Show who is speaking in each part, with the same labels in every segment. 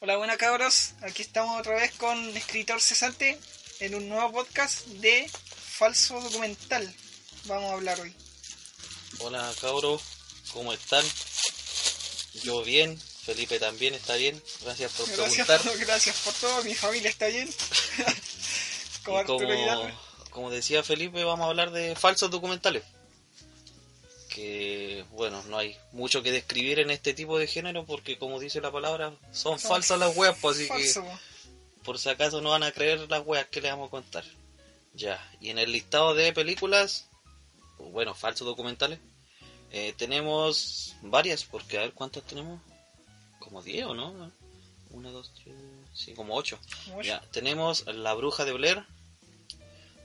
Speaker 1: Hola, buenas cabros. Aquí estamos otra vez con Escritor Cesante en un nuevo podcast de Falso Documental. Vamos a hablar hoy.
Speaker 2: Hola cabros, ¿cómo están? Yo bien, Felipe también está bien, gracias por
Speaker 1: Gracias,
Speaker 2: preguntar.
Speaker 1: gracias por todo. Mi familia está bien. Como
Speaker 2: Y
Speaker 1: Arturo Hidalgo.
Speaker 2: como, como decía Felipe, vamos a hablar de falsos documentales. Que bueno, no hay mucho que describir en este tipo de género porque como dice la palabra,
Speaker 1: Son
Speaker 2: son falsas las weas, pues así
Speaker 1: Falso,
Speaker 2: que
Speaker 1: po.
Speaker 2: por si acaso no van a creer las weas que les vamos a contar. Ya, y en el listado de películas, o bueno, falsos documentales, eh, tenemos varias, porque a ver cuántas tenemos, como 10 o no, una, dos, tres, sí, como 8.
Speaker 1: Como
Speaker 2: Ya, tenemos La Bruja de Blair,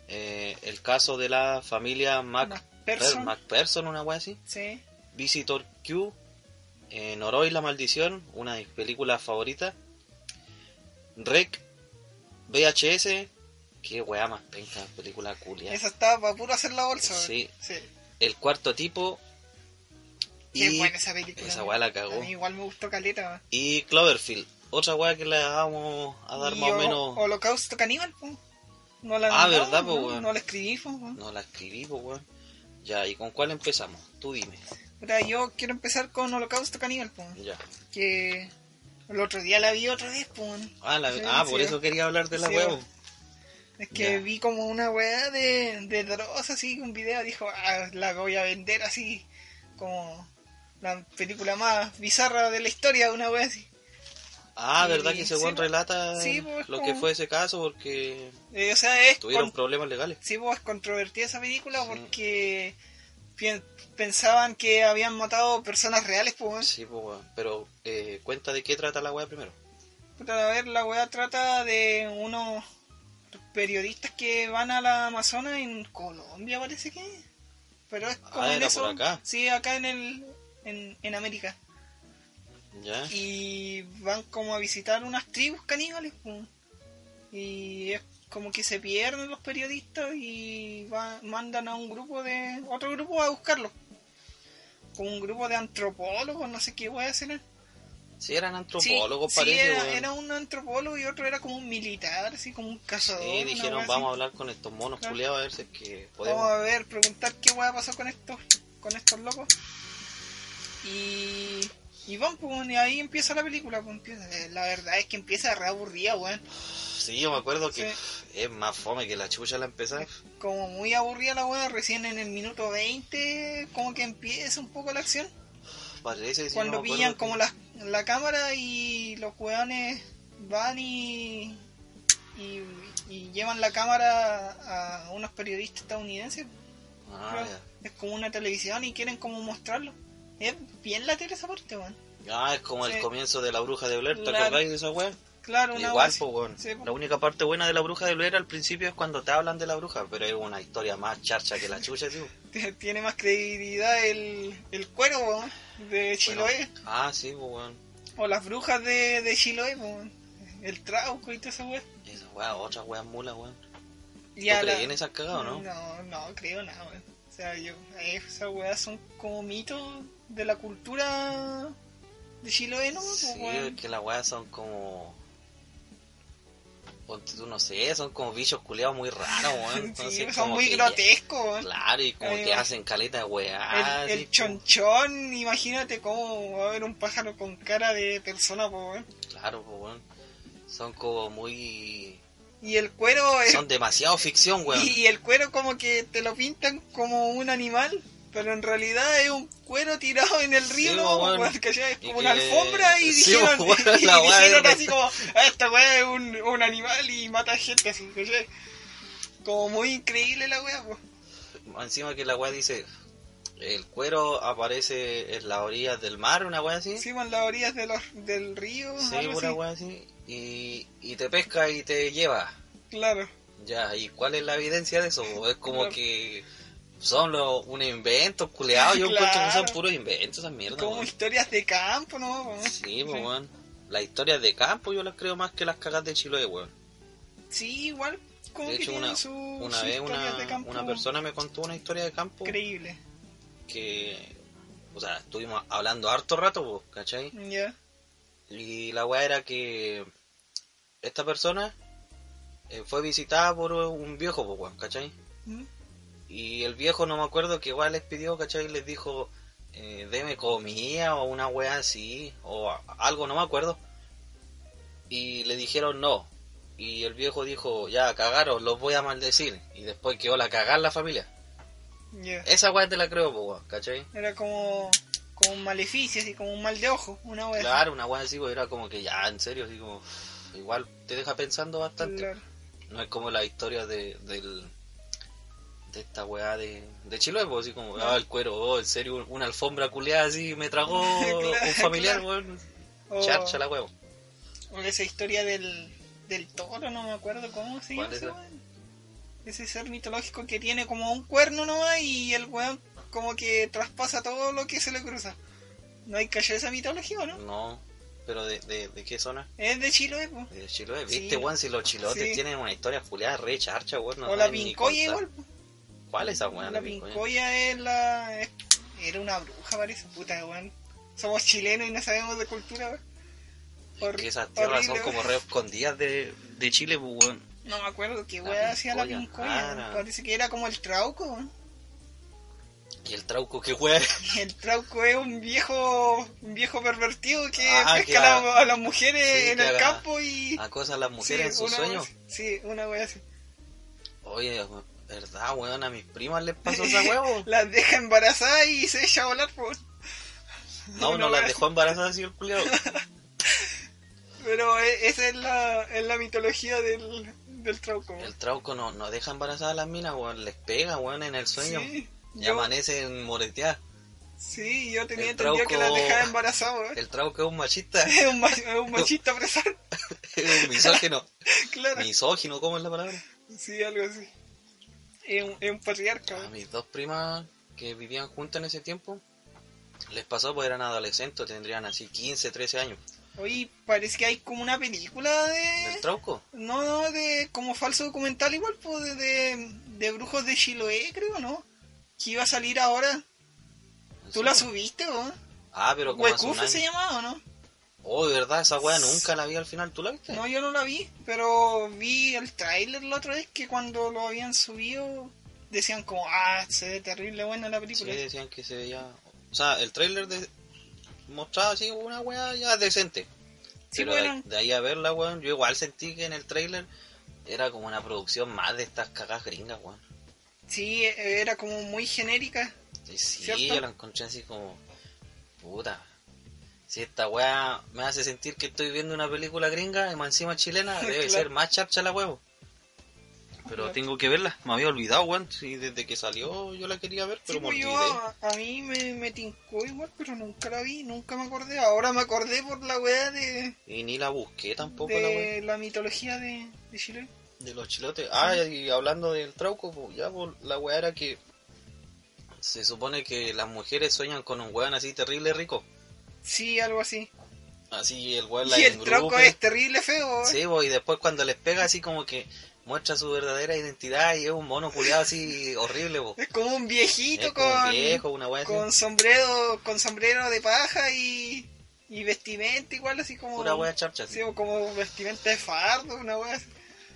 Speaker 2: eh, el caso de la familia Mac
Speaker 1: MacPherson.
Speaker 2: MacPherson, una wea así,
Speaker 1: Sí.
Speaker 2: Visitor Q, eh, Noroi la Maldición, una de mis películas favoritas, Rec, VHS, qué wea más penca, película culia,
Speaker 1: Esa estaba para puro hacer la bolsa. po.
Speaker 2: Sí.
Speaker 1: sí.
Speaker 2: El Cuarto Tipo
Speaker 1: Qué
Speaker 2: y,
Speaker 1: buena esa película.
Speaker 2: esa
Speaker 1: man.
Speaker 2: weá la cagó.
Speaker 1: A mí igual me gustó Caleta. man.
Speaker 2: y Cloverfield, otra wea que le vamos a dar
Speaker 1: Y
Speaker 2: más o
Speaker 1: Holo-
Speaker 2: menos...
Speaker 1: Holocausto Caníbal, po. No la
Speaker 2: Ah,
Speaker 1: no,
Speaker 2: ¿verdad, po,
Speaker 1: no,
Speaker 2: weón?
Speaker 1: no la escribí, po, weón.
Speaker 2: No la escribí, pues, weón. Ya, ¿y con cuál empezamos? Tú dime.
Speaker 1: Puta, yo quiero empezar con Holocausto Caníbal, po.
Speaker 2: Ya.
Speaker 1: Que el otro día la vi otra vez, po. weón.
Speaker 2: Ah, la-
Speaker 1: Sí,
Speaker 2: ah, por
Speaker 1: sí.
Speaker 2: eso quería hablar de la
Speaker 1: Sí,
Speaker 2: pues. huevo.
Speaker 1: weón. Es que
Speaker 2: Ya.
Speaker 1: vi como una weá de, de Dross así, un video, dijo, ah, la voy a vender así, como la película más bizarra de la historia, una weá así.
Speaker 2: Ah,
Speaker 1: Y-
Speaker 2: ¿verdad que ese
Speaker 1: sí,
Speaker 2: weón
Speaker 1: po.
Speaker 2: relata
Speaker 1: Sí, po, es
Speaker 2: lo
Speaker 1: como-
Speaker 2: que fue ese caso porque
Speaker 1: Eh, o sea, es,
Speaker 2: tuvieron
Speaker 1: con-
Speaker 2: problemas legales?
Speaker 1: sí, pues, es controvertida esa película
Speaker 2: Sí.
Speaker 1: porque pien- pensaban que habían matado personas reales, pues, weón.
Speaker 2: Sí, pues, weón. Pero eh, cuenta de qué trata la weá primero.
Speaker 1: Puta, a ver, la weá trata de unos periodistas que van a la Amazonas en Colombia, parece que. Pero es como
Speaker 2: Ah,
Speaker 1: en
Speaker 2: era
Speaker 1: eso.
Speaker 2: por acá.
Speaker 1: Sí, acá en el en, en América.
Speaker 2: ¿Ya?
Speaker 1: Y van como a visitar unas tribus caníbales. po. Y es como que se pierden los periodistas y va- mandan a un grupo de otro grupo a buscarlos. Como un grupo de antropólogos, no sé qué voy a hacer.
Speaker 2: Sí, eran
Speaker 1: Sí,
Speaker 2: antropólogos,
Speaker 1: sí,
Speaker 2: parece,
Speaker 1: era,
Speaker 2: weón.
Speaker 1: era un antropólogo y otro era como un militar, así como un cazador.
Speaker 2: Sí,
Speaker 1: una wea
Speaker 2: dijeron,
Speaker 1: así.
Speaker 2: vamos a hablar con estos monos
Speaker 1: Claro. Oh.
Speaker 2: culiados a ver si es que
Speaker 1: Vamos
Speaker 2: podemos.
Speaker 1: a ver, preguntar qué hueá pasó con estos, con estos locos. Y, y van, pues, weón, y ahí empieza la película. pues, empieza- eh, la verdad es que empieza re aburrida, weón.
Speaker 2: Sí, yo me acuerdo que
Speaker 1: Sí.
Speaker 2: es más fome que la chucha la empezar.
Speaker 1: Como muy aburrida la weá, recién en el minuto 20, como que empieza un poco la acción.
Speaker 2: Parece, sí,
Speaker 1: cuando
Speaker 2: yo me acuerdo
Speaker 1: pillan
Speaker 2: que-
Speaker 1: como la, la cámara y los weones van y, y, y llevan la cámara a unos periodistas estadounidenses.
Speaker 2: Ah,
Speaker 1: creo. Es como una televisión y quieren como mostrarlo. Es bien la tele esa parte, weón.
Speaker 2: ya. Ah, es como
Speaker 1: Sí.
Speaker 2: el comienzo de La Bruja de Blair, ¿te
Speaker 1: Claro.
Speaker 2: acordáis de esa weá?
Speaker 1: Claro, una
Speaker 2: Igual,
Speaker 1: weá
Speaker 2: po, weón.
Speaker 1: así. Sí, po.
Speaker 2: La única parte buena de la bruja de Blair al principio es cuando te hablan de la bruja, pero es una historia más charcha que la chucha, tío.
Speaker 1: T- Tiene más credibilidad el, el cuero, weón, de Chiloé.
Speaker 2: Bueno, ah, sí, pues, weón.
Speaker 1: O las brujas de, de Chiloé, weón. El trauco y toda esa weá.
Speaker 2: Esa weá, otra weá mula, weón.
Speaker 1: Y
Speaker 2: ¿Tú
Speaker 1: a la-
Speaker 2: creí en esas cagadas o no?
Speaker 1: No, no creo nada, weón. O sea, yo, eh, esas weas son como mitos de la cultura de Chiloé, ¿no? Pues,
Speaker 2: sí,
Speaker 1: weón.
Speaker 2: es que las weas son como. Ponte tú, no sé, son como bichos culeados muy raros, weón. Entonces,
Speaker 1: Sí, son
Speaker 2: como
Speaker 1: muy
Speaker 2: que-
Speaker 1: grotescos, weón.
Speaker 2: Claro, y como
Speaker 1: Ahí
Speaker 2: que
Speaker 1: va.
Speaker 2: hacen caleta de
Speaker 1: el,
Speaker 2: weá.
Speaker 1: el
Speaker 2: así,
Speaker 1: chonchón, imagínate cómo va a haber un pájaro con cara de persona, po, weón.
Speaker 2: Claro, pues, weón. Son como muy.
Speaker 1: Y el cuero es-
Speaker 2: Son demasiado ficción, weón.
Speaker 1: y, y el cuero como que te lo pintan como un animal, pero en realidad es un cuero tirado en el río,
Speaker 2: Sí,
Speaker 1: ¿no?
Speaker 2: weón.
Speaker 1: Weón, ¿cachai? Es
Speaker 2: Y
Speaker 1: como una
Speaker 2: que-
Speaker 1: alfombra y
Speaker 2: sí,
Speaker 1: dijeron,
Speaker 2: weón,
Speaker 1: y
Speaker 2: la weá
Speaker 1: dijeron
Speaker 2: es-
Speaker 1: así como, "Ah, esta weá es un, un animal y mata gente así, ¿cachai? Como muy increíble la weá, po.
Speaker 2: Encima que la weá dice, El cuero aparece en las orillas del mar, una weá así.
Speaker 1: Sí, en las orillas de los- del río.
Speaker 2: Sí,
Speaker 1: algo
Speaker 2: una
Speaker 1: así.
Speaker 2: weá así. Y, y te pesca y te lleva.
Speaker 1: Claro.
Speaker 2: Ya, ¿y cuál es la evidencia de eso? po? Es como
Speaker 1: Claro.
Speaker 2: que son los, un invento culeado. Yo
Speaker 1: Claro.
Speaker 2: encuentro que son puros inventos esas mierdas.
Speaker 1: Como
Speaker 2: weón.
Speaker 1: historias de campo, ¿no? po?
Speaker 2: Sí, pues, po, weón. Las historias de campo yo las creo más que las cagas de Chiloé, weón.
Speaker 1: Sí, igual. Como
Speaker 2: De
Speaker 1: que
Speaker 2: hecho,
Speaker 1: tienen
Speaker 2: una,
Speaker 1: su,
Speaker 2: una
Speaker 1: sus
Speaker 2: vez
Speaker 1: historias de
Speaker 2: una,
Speaker 1: campo
Speaker 2: una persona me contó una historia de campo
Speaker 1: increíble.
Speaker 2: que, o sea, estuvimos hablando harto rato, po, ¿cachai?
Speaker 1: Ya.
Speaker 2: Y la weá era que esta persona eh, fue visitada por un viejo, po, weón, ¿cachai?
Speaker 1: ¿Mm?
Speaker 2: Y el viejo, no me acuerdo, que igual les pidió, ¿cachai? Les dijo, eh, deme comida o una wea así, o a- algo, no me acuerdo. Y le dijeron no. Y el viejo dijo, ya, cagaron, los voy a maldecir. Y después quedó la cagar la familia.
Speaker 1: Ya.
Speaker 2: Esa wea te la creo, po, weón, ¿cachai?
Speaker 1: Era como, como un maleficio, así como un mal de ojo, una wea.
Speaker 2: Claro, una wea así, pues era como que ya, en serio, así como, igual te deja pensando
Speaker 1: así.
Speaker 2: bastante.
Speaker 1: Claro.
Speaker 2: No es como la historia de, del, de esta weá de, de Chiloé, pues así como, ah, el cuero, oh, en serio, una alfombra culeada así me tragó
Speaker 1: Claro, Oh.
Speaker 2: un familiar,
Speaker 1: claro.
Speaker 2: weón.
Speaker 1: O,
Speaker 2: Charcha la huevo.
Speaker 1: o esa historia del, del toro, no me acuerdo cómo se llama.
Speaker 2: ¿Cuál
Speaker 1: ese
Speaker 2: era?
Speaker 1: weón. Ese ser mitológico que tiene como un cuerno nomás y el weón como que traspasa todo lo que se le cruza. No hay calle esa mitología, ¿o ¿no?
Speaker 2: No, pero de, de, de qué zona?
Speaker 1: Es de Chiloé, po.
Speaker 2: De Chiloé,
Speaker 1: Sí.
Speaker 2: viste, weón, si los chilotes
Speaker 1: Sí.
Speaker 2: tienen una historia culeada re charcha, weón. no
Speaker 1: o la
Speaker 2: saben ni
Speaker 1: Pincoya igual,
Speaker 2: contar.
Speaker 1: po.
Speaker 2: ¿Cuál es esa weá?
Speaker 1: La
Speaker 2: la Pincoya?
Speaker 1: Pincoya es la... es- Era una bruja, parece, puta, weón. Somos chilenos y no sabemos de cultura, weón.
Speaker 2: Es que esas tierras son
Speaker 1: horrible,
Speaker 2: como re escondidas de, de Chile, pues, weón.
Speaker 1: No me acuerdo qué
Speaker 2: La
Speaker 1: weá hacía la
Speaker 2: pincoya, Ah,
Speaker 1: pincoya.
Speaker 2: cara.
Speaker 1: Parece que era como el trauco. weón.
Speaker 2: Y el trauco, qué weá.
Speaker 1: El trauco es un viejo un viejo pervertido que
Speaker 2: Ah,
Speaker 1: pesca
Speaker 2: que
Speaker 1: a,
Speaker 2: a-
Speaker 1: la- a las mujeres
Speaker 2: sí,
Speaker 1: en el
Speaker 2: que a la-
Speaker 1: campo y.
Speaker 2: Acosa a las mujeres en
Speaker 1: sí,
Speaker 2: sus
Speaker 1: una weá
Speaker 2: sueños.
Speaker 1: así. sí, una weá así.
Speaker 2: Oye, verdad, weón, a mis primas les pasó esa huevo.
Speaker 1: Las deja embarazadas y se echa a volar, por...
Speaker 2: No,
Speaker 1: Una
Speaker 2: no las
Speaker 1: wea
Speaker 2: dejó embarazadas así el culiao.
Speaker 1: Pero e- esa es la, es la mitología del, del trauco. weón.
Speaker 2: El trauco no, no deja embarazadas a las minas, weón. Les pega, weón, en el sueño.
Speaker 1: Sí,
Speaker 2: Y
Speaker 1: yo,
Speaker 2: amanecen moreteadas.
Speaker 1: sí, yo tenía
Speaker 2: el
Speaker 1: entendido que las
Speaker 2: trauco-
Speaker 1: dejaba embarazadas, weón.
Speaker 2: El trauco es un machista,
Speaker 1: Es un, ma- es un machista presar,
Speaker 2: es un misógino.
Speaker 1: claro.
Speaker 2: Misógino, ¿cómo es la palabra?
Speaker 1: Sí, algo así. Es un, es un patriarca.
Speaker 2: A mis dos primas que vivían juntas en ese tiempo, les pasó pues eran adolescentes, tendrían así 15, 13 años.
Speaker 1: Oye, parece que hay como una película
Speaker 2: ¿Del
Speaker 1: de...
Speaker 2: trauco?
Speaker 1: No, no, de como falso documental igual, pues de, de, de Brujos de Chiloé, creo, ¿no? Que iba a salir ahora. ¿Tú la subiste, o
Speaker 2: Ah, pero pues. como hace un
Speaker 1: Huecufe se
Speaker 2: año.
Speaker 1: llamaba, ¿o no?
Speaker 2: Oh, de verdad, esa weá nunca la vi al final. ¿Tú la viste?
Speaker 1: No, yo no la vi, pero vi el tráiler la otra vez que cuando lo habían subido decían como, ah, se ve terrible buena la
Speaker 2: Sí,
Speaker 1: película.
Speaker 2: decían que se veía. O sea, el trailer de... mostraba así una weá ya decente.
Speaker 1: Sí, pues,
Speaker 2: pero
Speaker 1: bueno.
Speaker 2: de, de ahí a verla, weón, yo igual sentí que en el trailer era como una producción más de estas cagas gringas, weón.
Speaker 1: Sí, eh, era como muy genérica.
Speaker 2: Y sí,
Speaker 1: ¿Cierto?
Speaker 2: yo la encontré así como. Puta. Si esta weá me hace sentir que estoy viendo una película gringa y más encima chilena, debe
Speaker 1: Claro.
Speaker 2: ser más charcha la huevo. Pero
Speaker 1: Claro.
Speaker 2: tengo que verla, me había olvidado, weón. Sí, desde que salió yo la quería ver,
Speaker 1: Sí,
Speaker 2: pero me
Speaker 1: pues yo
Speaker 2: olvidé.
Speaker 1: a, a mí me, me tincó igual, pero nunca la vi, nunca me acordé. Ahora me acordé por la weá de,
Speaker 2: Y ni la busqué tampoco, la weá.
Speaker 1: de la, mitología de, de Chile.
Speaker 2: De los chilotes. Ah, y hablando del trauco, pues, ya pues, la weá era que se supone que las mujeres sueñan con un weón así terrible rico.
Speaker 1: Sí, algo así.
Speaker 2: Así el weón la
Speaker 1: Y el troco
Speaker 2: engrupe.
Speaker 1: es terrible feo. ¿eh?
Speaker 2: Sí, pues, y después cuando les pega así como que muestra su verdadera identidad y es un mono culiado así horrible, po.
Speaker 1: Es como un viejito
Speaker 2: Es como
Speaker 1: con,
Speaker 2: un viejo, una weá así.
Speaker 1: con sombrero con sombrero de paja y, y vestimenta igual, así como...
Speaker 2: Pura weá charcha,
Speaker 1: Sí,
Speaker 2: sí.
Speaker 1: o como vestimenta de fardo, una wea así.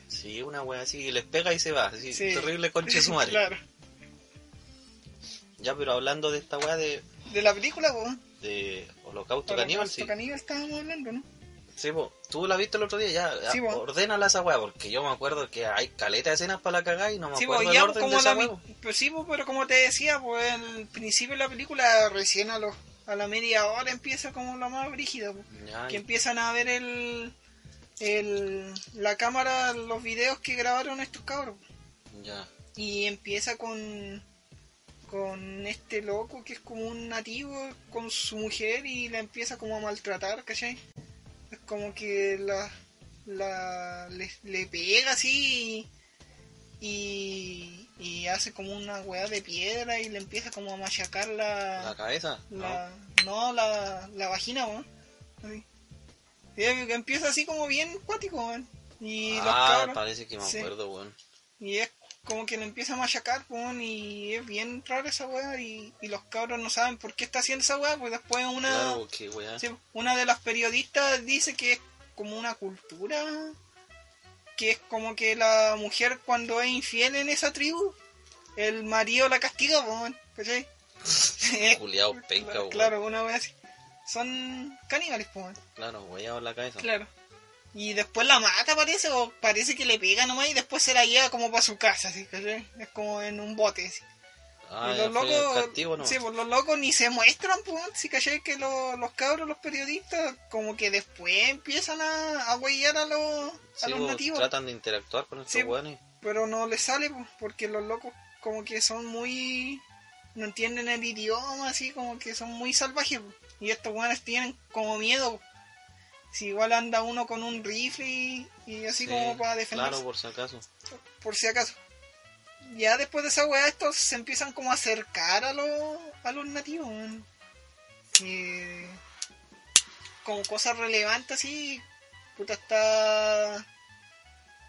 Speaker 2: Sí, una weá así, y les pega y se va. Así,
Speaker 1: Sí.
Speaker 2: Terrible conche su madre.
Speaker 1: Claro.
Speaker 2: Ya, pero hablando de esta weá de,
Speaker 1: De la película, pues.
Speaker 2: de Holocausto Caníbal, sí.
Speaker 1: Caníbal estábamos hablando, ¿no?
Speaker 2: Sí, po. tú la viste el otro día, ya,
Speaker 1: Sí, po.
Speaker 2: ordénala esa weá, porque yo me acuerdo que hay caleta de escenas para la cagada y no me
Speaker 1: Sí,
Speaker 2: acuerdo
Speaker 1: pues
Speaker 2: el
Speaker 1: ya
Speaker 2: orden de
Speaker 1: como
Speaker 2: esa
Speaker 1: la
Speaker 2: weá.
Speaker 1: mi-
Speaker 2: po.
Speaker 1: pues sí, pues, pero como te decía, pues el principio de la película recién a los a la media hora empieza como lo más brígido, pues,
Speaker 2: Ya,
Speaker 1: que empiezan a ver el, el la cámara, los videos que grabaron estos cabros.
Speaker 2: ya.
Speaker 1: Y empieza con con este loco que es como un nativo con su mujer y la empieza como a maltratar, ¿cachai? Es como que la, la le, le pega así y, y, y hace como una weá de piedra y le empieza como a machacar la...
Speaker 2: La cabeza.
Speaker 1: La, no, la, la vagina, weón. Así. Y es que empieza así como bien cuático, weón. Y los
Speaker 2: ah,
Speaker 1: cabros-
Speaker 2: parece que me
Speaker 1: sí.
Speaker 2: acuerdo, weón.
Speaker 1: Y es como que lo empieza a machacar, weón, y es bien raro esa weá. Y, y los cabros no saben por qué está haciendo esa weá, pues después una,
Speaker 2: Claro, qué weá.
Speaker 1: sí, una de las periodistas dice que es como una cultura. Que es como que la mujer cuando es infiel en esa tribu, el marido la castiga, weón. ¿Cachai? Es-
Speaker 2: Culeado penca, weón. Claro,
Speaker 1: claro, una weá así. Son caníbales, pues, weón.
Speaker 2: weá en la cabeza.
Speaker 1: Claro. Y después la mata, parece, o parece que le pega nomás y después se la lleva como para su casa, así, ¿cachai? Es como en un bote, así.
Speaker 2: Ah,
Speaker 1: Y
Speaker 2: ya
Speaker 1: los
Speaker 2: fue
Speaker 1: locos,
Speaker 2: castigo, no.
Speaker 1: sí, pues, los locos ni se muestran, pues, sí, ¿cachai? Que lo- los cabros, los periodistas, como que después empiezan a, a huellar a los, a
Speaker 2: Sí,
Speaker 1: los
Speaker 2: pues,
Speaker 1: nativos,
Speaker 2: tratan de interactuar con estos
Speaker 1: Sí, pues.
Speaker 2: weones.
Speaker 1: pero no les sale, pues, porque los locos como que son muy... no entienden el idioma, así, como que son muy salvajes, pues. y estos weones tienen como miedo, pues. Si igual anda uno con un rifle y, y así
Speaker 2: Sí,
Speaker 1: como para defenderse
Speaker 2: Claro, por si acaso.
Speaker 1: por si acaso. Ya después de esa weá, estos se empiezan como a acercar a los, a los nativos, weón. Eh, como cosas relevantes así, puta está...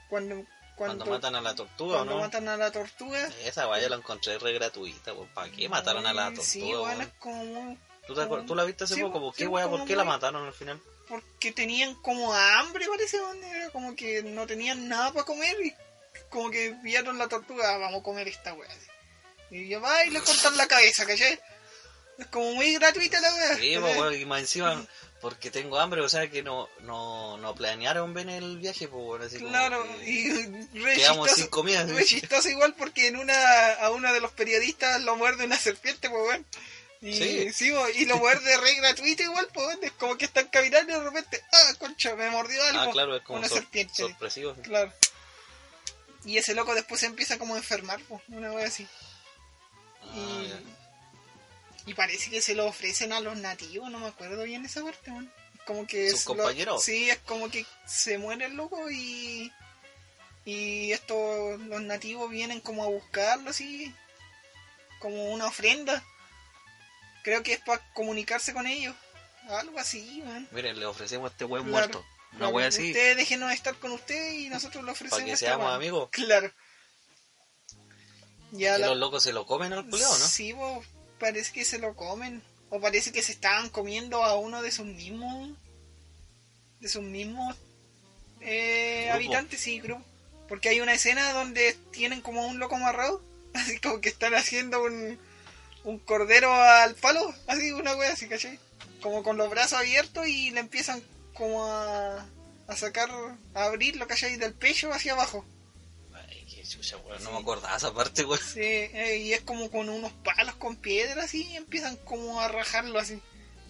Speaker 1: Cuando, cuando,
Speaker 2: Cuando, matan a la tortuga, ¿o
Speaker 1: cuando
Speaker 2: ¿no?
Speaker 1: matan a la tortuga.
Speaker 2: Esa vaya la encontré re gratuita, weón. ¿Para qué mataron a la tortuga,
Speaker 1: Sí,
Speaker 2: weón?
Speaker 1: weón, es como...
Speaker 2: ¿Tú, te acuer- tú la viste hace
Speaker 1: Sí,
Speaker 2: poco?
Speaker 1: weón,
Speaker 2: ¿Por
Speaker 1: sí,
Speaker 2: qué, weá?
Speaker 1: como
Speaker 2: ¿Por qué la
Speaker 1: muy-
Speaker 2: mataron al final?
Speaker 1: Porque tenían como hambre, parece, weón, era como que no tenían nada para comer y como que pillaron la tortuga, "Ah, vamos a comer esta weá. así. Y yo, va y le cortan la cabeza, ¿cachai? Es como muy gratuita la weá.
Speaker 2: Sí,
Speaker 1: ¿cachai?
Speaker 2: pues, weón, y más encima, porque tengo hambre, o sea que no, no, no planearon bien el viaje, pues, weón, así como
Speaker 1: Claro,
Speaker 2: que
Speaker 1: y re
Speaker 2: quedamos sin
Speaker 1: chistoso,
Speaker 2: comida.
Speaker 1: re
Speaker 2: así.
Speaker 1: chistoso igual porque en una, a uno de los periodistas lo muerde una serpiente, pues weón. Y,
Speaker 2: Sí.
Speaker 1: po, y lo muerde re gratuito igual, pues weón. Es como que están caminando y de repente, ah, concha, me mordió algo.
Speaker 2: Ah, claro, es como
Speaker 1: una
Speaker 2: sor-
Speaker 1: serpiente.
Speaker 2: sorpresivo. así.
Speaker 1: Claro. Y ese loco después se empieza como a enfermar, pues, una vez así.
Speaker 2: Ah,
Speaker 1: Y,
Speaker 2: ya.
Speaker 1: y parece que se lo ofrecen a los nativos, no me acuerdo bien esa parte, man. Como que
Speaker 2: ¿Sus
Speaker 1: es lo-
Speaker 2: compañeros?
Speaker 1: sí, es como que se muere el loco y y estos los nativos vienen como a buscarlo así como una ofrenda. Creo que es para comunicarse con ellos, algo así, man.
Speaker 2: Miren, le ofrecemos a este weón
Speaker 1: Claro,
Speaker 2: muerto. Una weá así,
Speaker 1: Ustedes déjenos estar con ustedes y nosotros le ofrecemos
Speaker 2: para que
Speaker 1: esta
Speaker 2: seamos
Speaker 1: weá.
Speaker 2: amigos.
Speaker 1: Claro. Ya
Speaker 2: Y
Speaker 1: la-
Speaker 2: los locos se lo comen al culeo, ¿no?
Speaker 1: Sí, bo, parece que se lo comen. O parece que se estaban comiendo a uno de sus mismos. De sus mismos. eh,
Speaker 2: Grupo.
Speaker 1: habitantes, sí, grupo. Porque hay una escena donde tienen como un loco amarrado. Así como que están haciendo un. Un cordero al palo. Así, una wea así, ¿cachai? Como con los brazos abiertos y le empiezan como a. A sacar. A abrirlo, ¿cachai? Del pecho hacia abajo.
Speaker 2: Ay, qué chucha, weón, no
Speaker 1: Sí.
Speaker 2: me acordaba esa parte, weón.
Speaker 1: Sí, eh, y es como con unos palos con piedras así, y empiezan como a rajarlo así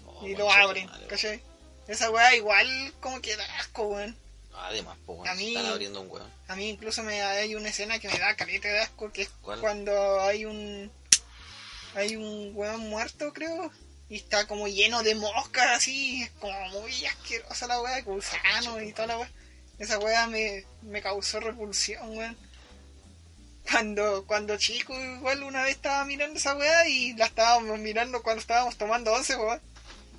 Speaker 2: Oh,
Speaker 1: y
Speaker 2: concha
Speaker 1: lo
Speaker 2: tu
Speaker 1: abren,
Speaker 2: madre, weón.
Speaker 1: ¿cachai? Esa weá igual como que da asco, weón.
Speaker 2: Además, pues,
Speaker 1: A
Speaker 2: weón, se
Speaker 1: mí-
Speaker 2: están abriendo un weón.
Speaker 1: A mí incluso me da- hay una escena que me da caleta de asco, que es
Speaker 2: ¿Cuál?
Speaker 1: cuando hay un hay un weón muerto, creo, y está como lleno de moscas así, es como muy asquerosa la weá, gusano y toda la weá. Esa weá me, me causó repulsión, weón. Cuando, cuando chico igual una vez estaba mirando esa weá y la estábamos mirando cuando estábamos tomando once, weón.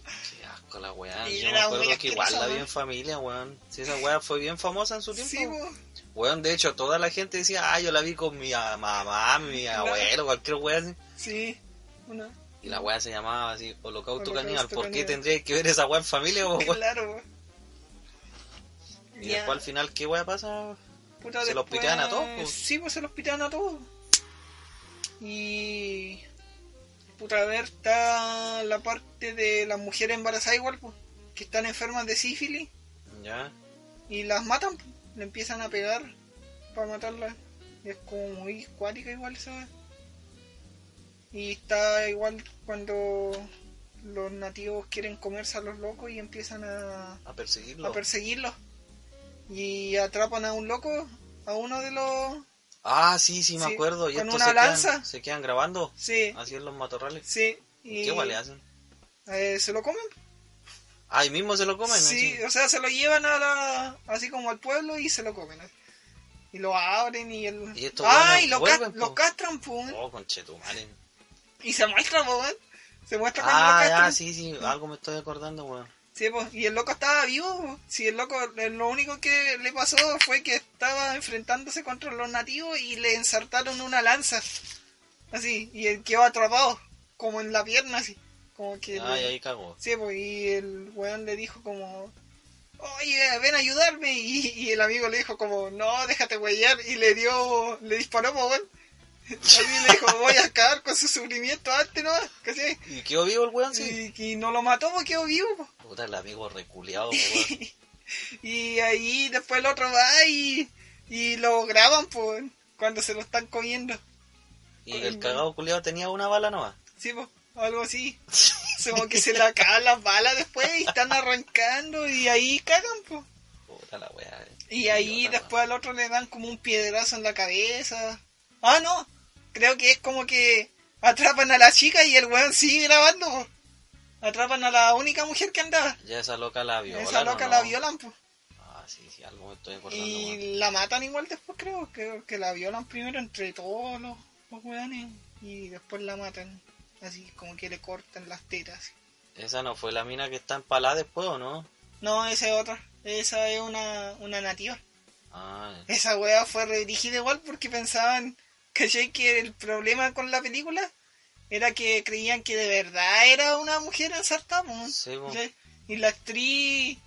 Speaker 2: Qué asco la weá.
Speaker 1: Sí,
Speaker 2: Yo me
Speaker 1: era muy
Speaker 2: acuerdo que igual la
Speaker 1: asquerosa,
Speaker 2: vi
Speaker 1: weón.
Speaker 2: en familia, weón. Si esa weá fue bien famosa en su tiempo.
Speaker 1: Sí,
Speaker 2: weón.
Speaker 1: weón.
Speaker 2: Weón, de hecho, toda la gente decía, ah, yo la vi con mi ah, mamá, mi abuelo, cualquier weá así.
Speaker 1: Sí, una.
Speaker 2: Y la weá se llamaba así, Holocausto
Speaker 1: Holocausto
Speaker 2: Caníbal. ¿Por qué
Speaker 1: Caníbal.
Speaker 2: tendría que ver esa weá en familia, po, Oh, weón?
Speaker 1: Claro, weón.
Speaker 2: Y
Speaker 1: Ya,
Speaker 2: después al final, ¿qué weá pasa?
Speaker 1: puta,
Speaker 2: se los
Speaker 1: después-
Speaker 2: pitean a todos, pues.
Speaker 1: Sí, pues se los pitean a todos. Y. Puta, a ver, está la parte de las mujeres embarazadas, igual, pues. Que están enfermas de sífilis
Speaker 2: Ya.
Speaker 1: y las matan, pues, le empiezan a pegar para matarlas. Y es como muy cuática, igual, ¿sabes? Y está igual cuando los nativos quieren comerse a los locos y empiezan a.
Speaker 2: A perseguirlo.
Speaker 1: a perseguirlos y atrapan a un loco, a uno de los
Speaker 2: Ah, sí, sí, me
Speaker 1: Sí,
Speaker 2: acuerdo. Y
Speaker 1: con
Speaker 2: estos
Speaker 1: una
Speaker 2: se,
Speaker 1: lanza.
Speaker 2: Quedan, se quedan grabando.
Speaker 1: Sí,
Speaker 2: Así en los matorrales.
Speaker 1: sí. Y,
Speaker 2: Ah, ¿Qué ah. guay le hacen?
Speaker 1: eh, ¿Se lo comen?
Speaker 2: Ahí mismo se lo comen.
Speaker 1: sí,
Speaker 2: así.
Speaker 1: o sea, se lo llevan a la, así como al pueblo y se lo comen. ¿eh? Y lo abren y el...
Speaker 2: Y estos
Speaker 1: ¡Ay!
Speaker 2: hueones
Speaker 1: Lo,
Speaker 2: vuelven, po.
Speaker 1: lo castran, pum.
Speaker 2: Oh, conchetumare.
Speaker 1: Y se muestra, po, weón. Se muestra cuando
Speaker 2: Ah,
Speaker 1: lo
Speaker 2: ya,
Speaker 1: castran.
Speaker 2: sí, sí. Algo me estoy acordando, weón.
Speaker 1: Sí, pues, y el loco estaba vivo. po. Sí, el loco, eh, lo único que le pasó fue que estaba enfrentándose contra los nativos y le ensartaron una lanza. Así, y él quedó atrapado, como en la pierna, así. Como que.
Speaker 2: Ay,
Speaker 1: le-
Speaker 2: ahí cagó.
Speaker 1: Sí, pues, y el weón le dijo como. Oye, ven a ayudarme. Y, y el amigo le dijo como, no, déjate huellar. Y le dio, le disparó, po, weón. Así le dijo, voy a acabar con su sufrimiento antes, ¿no? Casi.
Speaker 2: ¿Y quedó vivo el weón? Sí.
Speaker 1: Y, y no lo mató porque quedó vivo, pues. po.
Speaker 2: Puta, el amigo reculeado, weón.
Speaker 1: Y ahí después el otro va y, y lo graban pues, cuando se lo están comiendo.
Speaker 2: Y el cagado culiado tenía una bala nomás.
Speaker 1: Sí, pues, algo así. Como que se le acaban las balas después y están arrancando y ahí cagan, pues.
Speaker 2: Puta la weá. eh.
Speaker 1: Y ahí
Speaker 2: Idiota,
Speaker 1: después al otro le dan como un piedrazo en la cabeza. Ah, no. Creo que es como que atrapan a la chica y el weón sigue grabando. po. Atrapan a la única mujer que andaba.
Speaker 2: weón. Ya esa loca la viola.
Speaker 1: Esa loca la violan, pues.
Speaker 2: Ah, sí, sí, algo me estoy acordando, weón.
Speaker 1: Y la matan igual después, creo. Creo que la violan primero entre todos los, los weones y después la matan. Así como que le cortan las tetas.
Speaker 2: Esa no fue la mina que está empalada después, ¿o no?
Speaker 1: No, esa es otra. Esa es una, una nativa.
Speaker 2: Ah,
Speaker 1: Esa wea fue redirigida igual porque pensaban, ¿cachai? Que el problema con la película era que creían que de verdad era una mujer ensartada. po.
Speaker 2: sí, po.
Speaker 1: ¿Cachai? Y la actriz,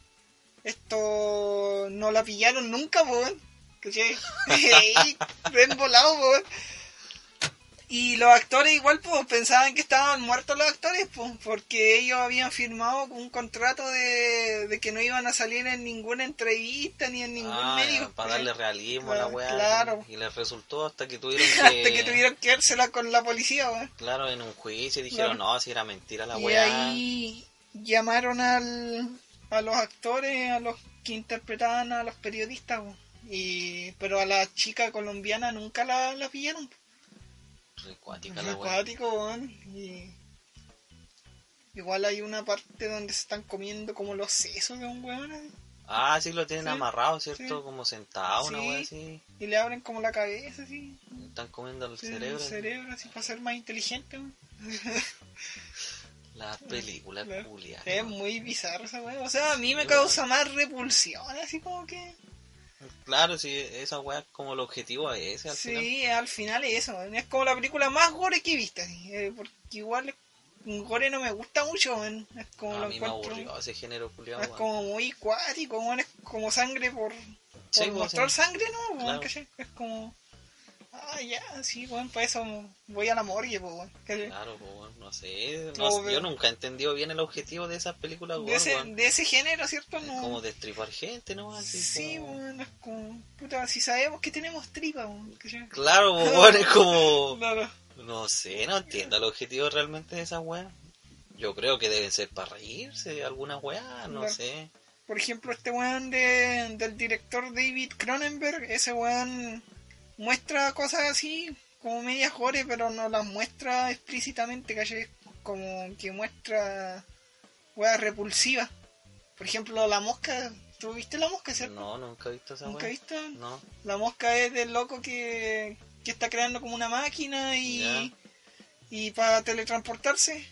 Speaker 1: esto, no la pillaron nunca, po, weón. ¿Cachai? Ey, Ven volado, po, weón. Y los actores igual, pues, pensaban que estaban muertos los actores, pues, porque ellos habían firmado un contrato de, de que no iban a salir en ninguna entrevista ni en ningún
Speaker 2: Ah,
Speaker 1: medio.
Speaker 2: ya, para
Speaker 1: ¿cachai?
Speaker 2: darle realismo a
Speaker 1: Claro,
Speaker 2: la weá.
Speaker 1: claro.
Speaker 2: Y les resultó hasta que tuvieron que...
Speaker 1: Hasta que tuvieron que dársela con la policía, weón.
Speaker 2: Claro, en un juicio dijeron, no, si era mentira la
Speaker 1: Y
Speaker 2: weá.
Speaker 1: ahí llamaron al, a los actores, a los que interpretaban a los periodistas, po. y pero a la chica colombiana nunca la, la pillaron. po.
Speaker 2: Recuática
Speaker 1: Fue
Speaker 2: la weá.
Speaker 1: acuático, weón, y- Igual hay una parte donde se están comiendo como los sesos de un weón eh, así,
Speaker 2: Ah, sí, lo tienen
Speaker 1: Sí,
Speaker 2: amarrado, ¿cierto?
Speaker 1: sí.
Speaker 2: Como sentado, una
Speaker 1: Sí.
Speaker 2: weá así.
Speaker 1: y le abren como la cabeza así,
Speaker 2: Están comiendo el
Speaker 1: el
Speaker 2: cerebro.
Speaker 1: cerebro así para ser más inteligente. weón.
Speaker 2: La película
Speaker 1: Claro.
Speaker 2: culia.
Speaker 1: Es muy bizarro esa weón. O sea, a mí me causa más repulsión, así como que...
Speaker 2: Claro, sí, esa weá es como el objetivo de ese al final.
Speaker 1: Sí, al final es eso. Es como la película más gore que he visto. así, eh, porque igual gore no me gusta mucho. man. Es como
Speaker 2: A
Speaker 1: lo
Speaker 2: mí me
Speaker 1: encuentro.
Speaker 2: aburrió ese género culiado.
Speaker 1: es como muy cuático. man, Es como sangre por,
Speaker 2: Sí,
Speaker 1: por
Speaker 2: pues,
Speaker 1: mostrar
Speaker 2: sí.
Speaker 1: sangre, ¿no? man,
Speaker 2: Claro.
Speaker 1: ¿cachai? Es como. Ah, ya, sí, bueno, para eso voy a la morgue, pues, bueno, ¿cachai?
Speaker 2: Claro, po, weón, no sé.
Speaker 1: No,
Speaker 2: no-
Speaker 1: pero-
Speaker 2: yo nunca he entendido bien el objetivo de esas películas,
Speaker 1: de,
Speaker 2: weón,
Speaker 1: ese,
Speaker 2: weón.
Speaker 1: de ese género, ¿cierto?
Speaker 2: Es
Speaker 1: No.
Speaker 2: Como destripar gente, ¿no? Así,
Speaker 1: sí,
Speaker 2: como-
Speaker 1: bueno, es como. Puta, si sabemos que tenemos tripa, man, ¿cachai?
Speaker 2: Claro, po, weón, es como.
Speaker 1: Claro.
Speaker 2: No sé, no entiendo el objetivo realmente de esas weas. Yo creo que deben ser para reírse, algunas weas, no
Speaker 1: Claro.
Speaker 2: sé.
Speaker 1: Por ejemplo, este weón de- del director David Cronenberg, ese weón muestra cosas así, como medias gore, pero no las muestra explícitamente, ¿cachai? Como que muestra weas repulsivas. Por ejemplo, la mosca, ¿tú viste la mosca, cierto?
Speaker 2: No, nunca he visto esa
Speaker 1: ¿Nunca
Speaker 2: wea.
Speaker 1: viste?
Speaker 2: No,
Speaker 1: La mosca es del loco que, que está creando como una máquina y,
Speaker 2: Ya.
Speaker 1: y para teletransportarse.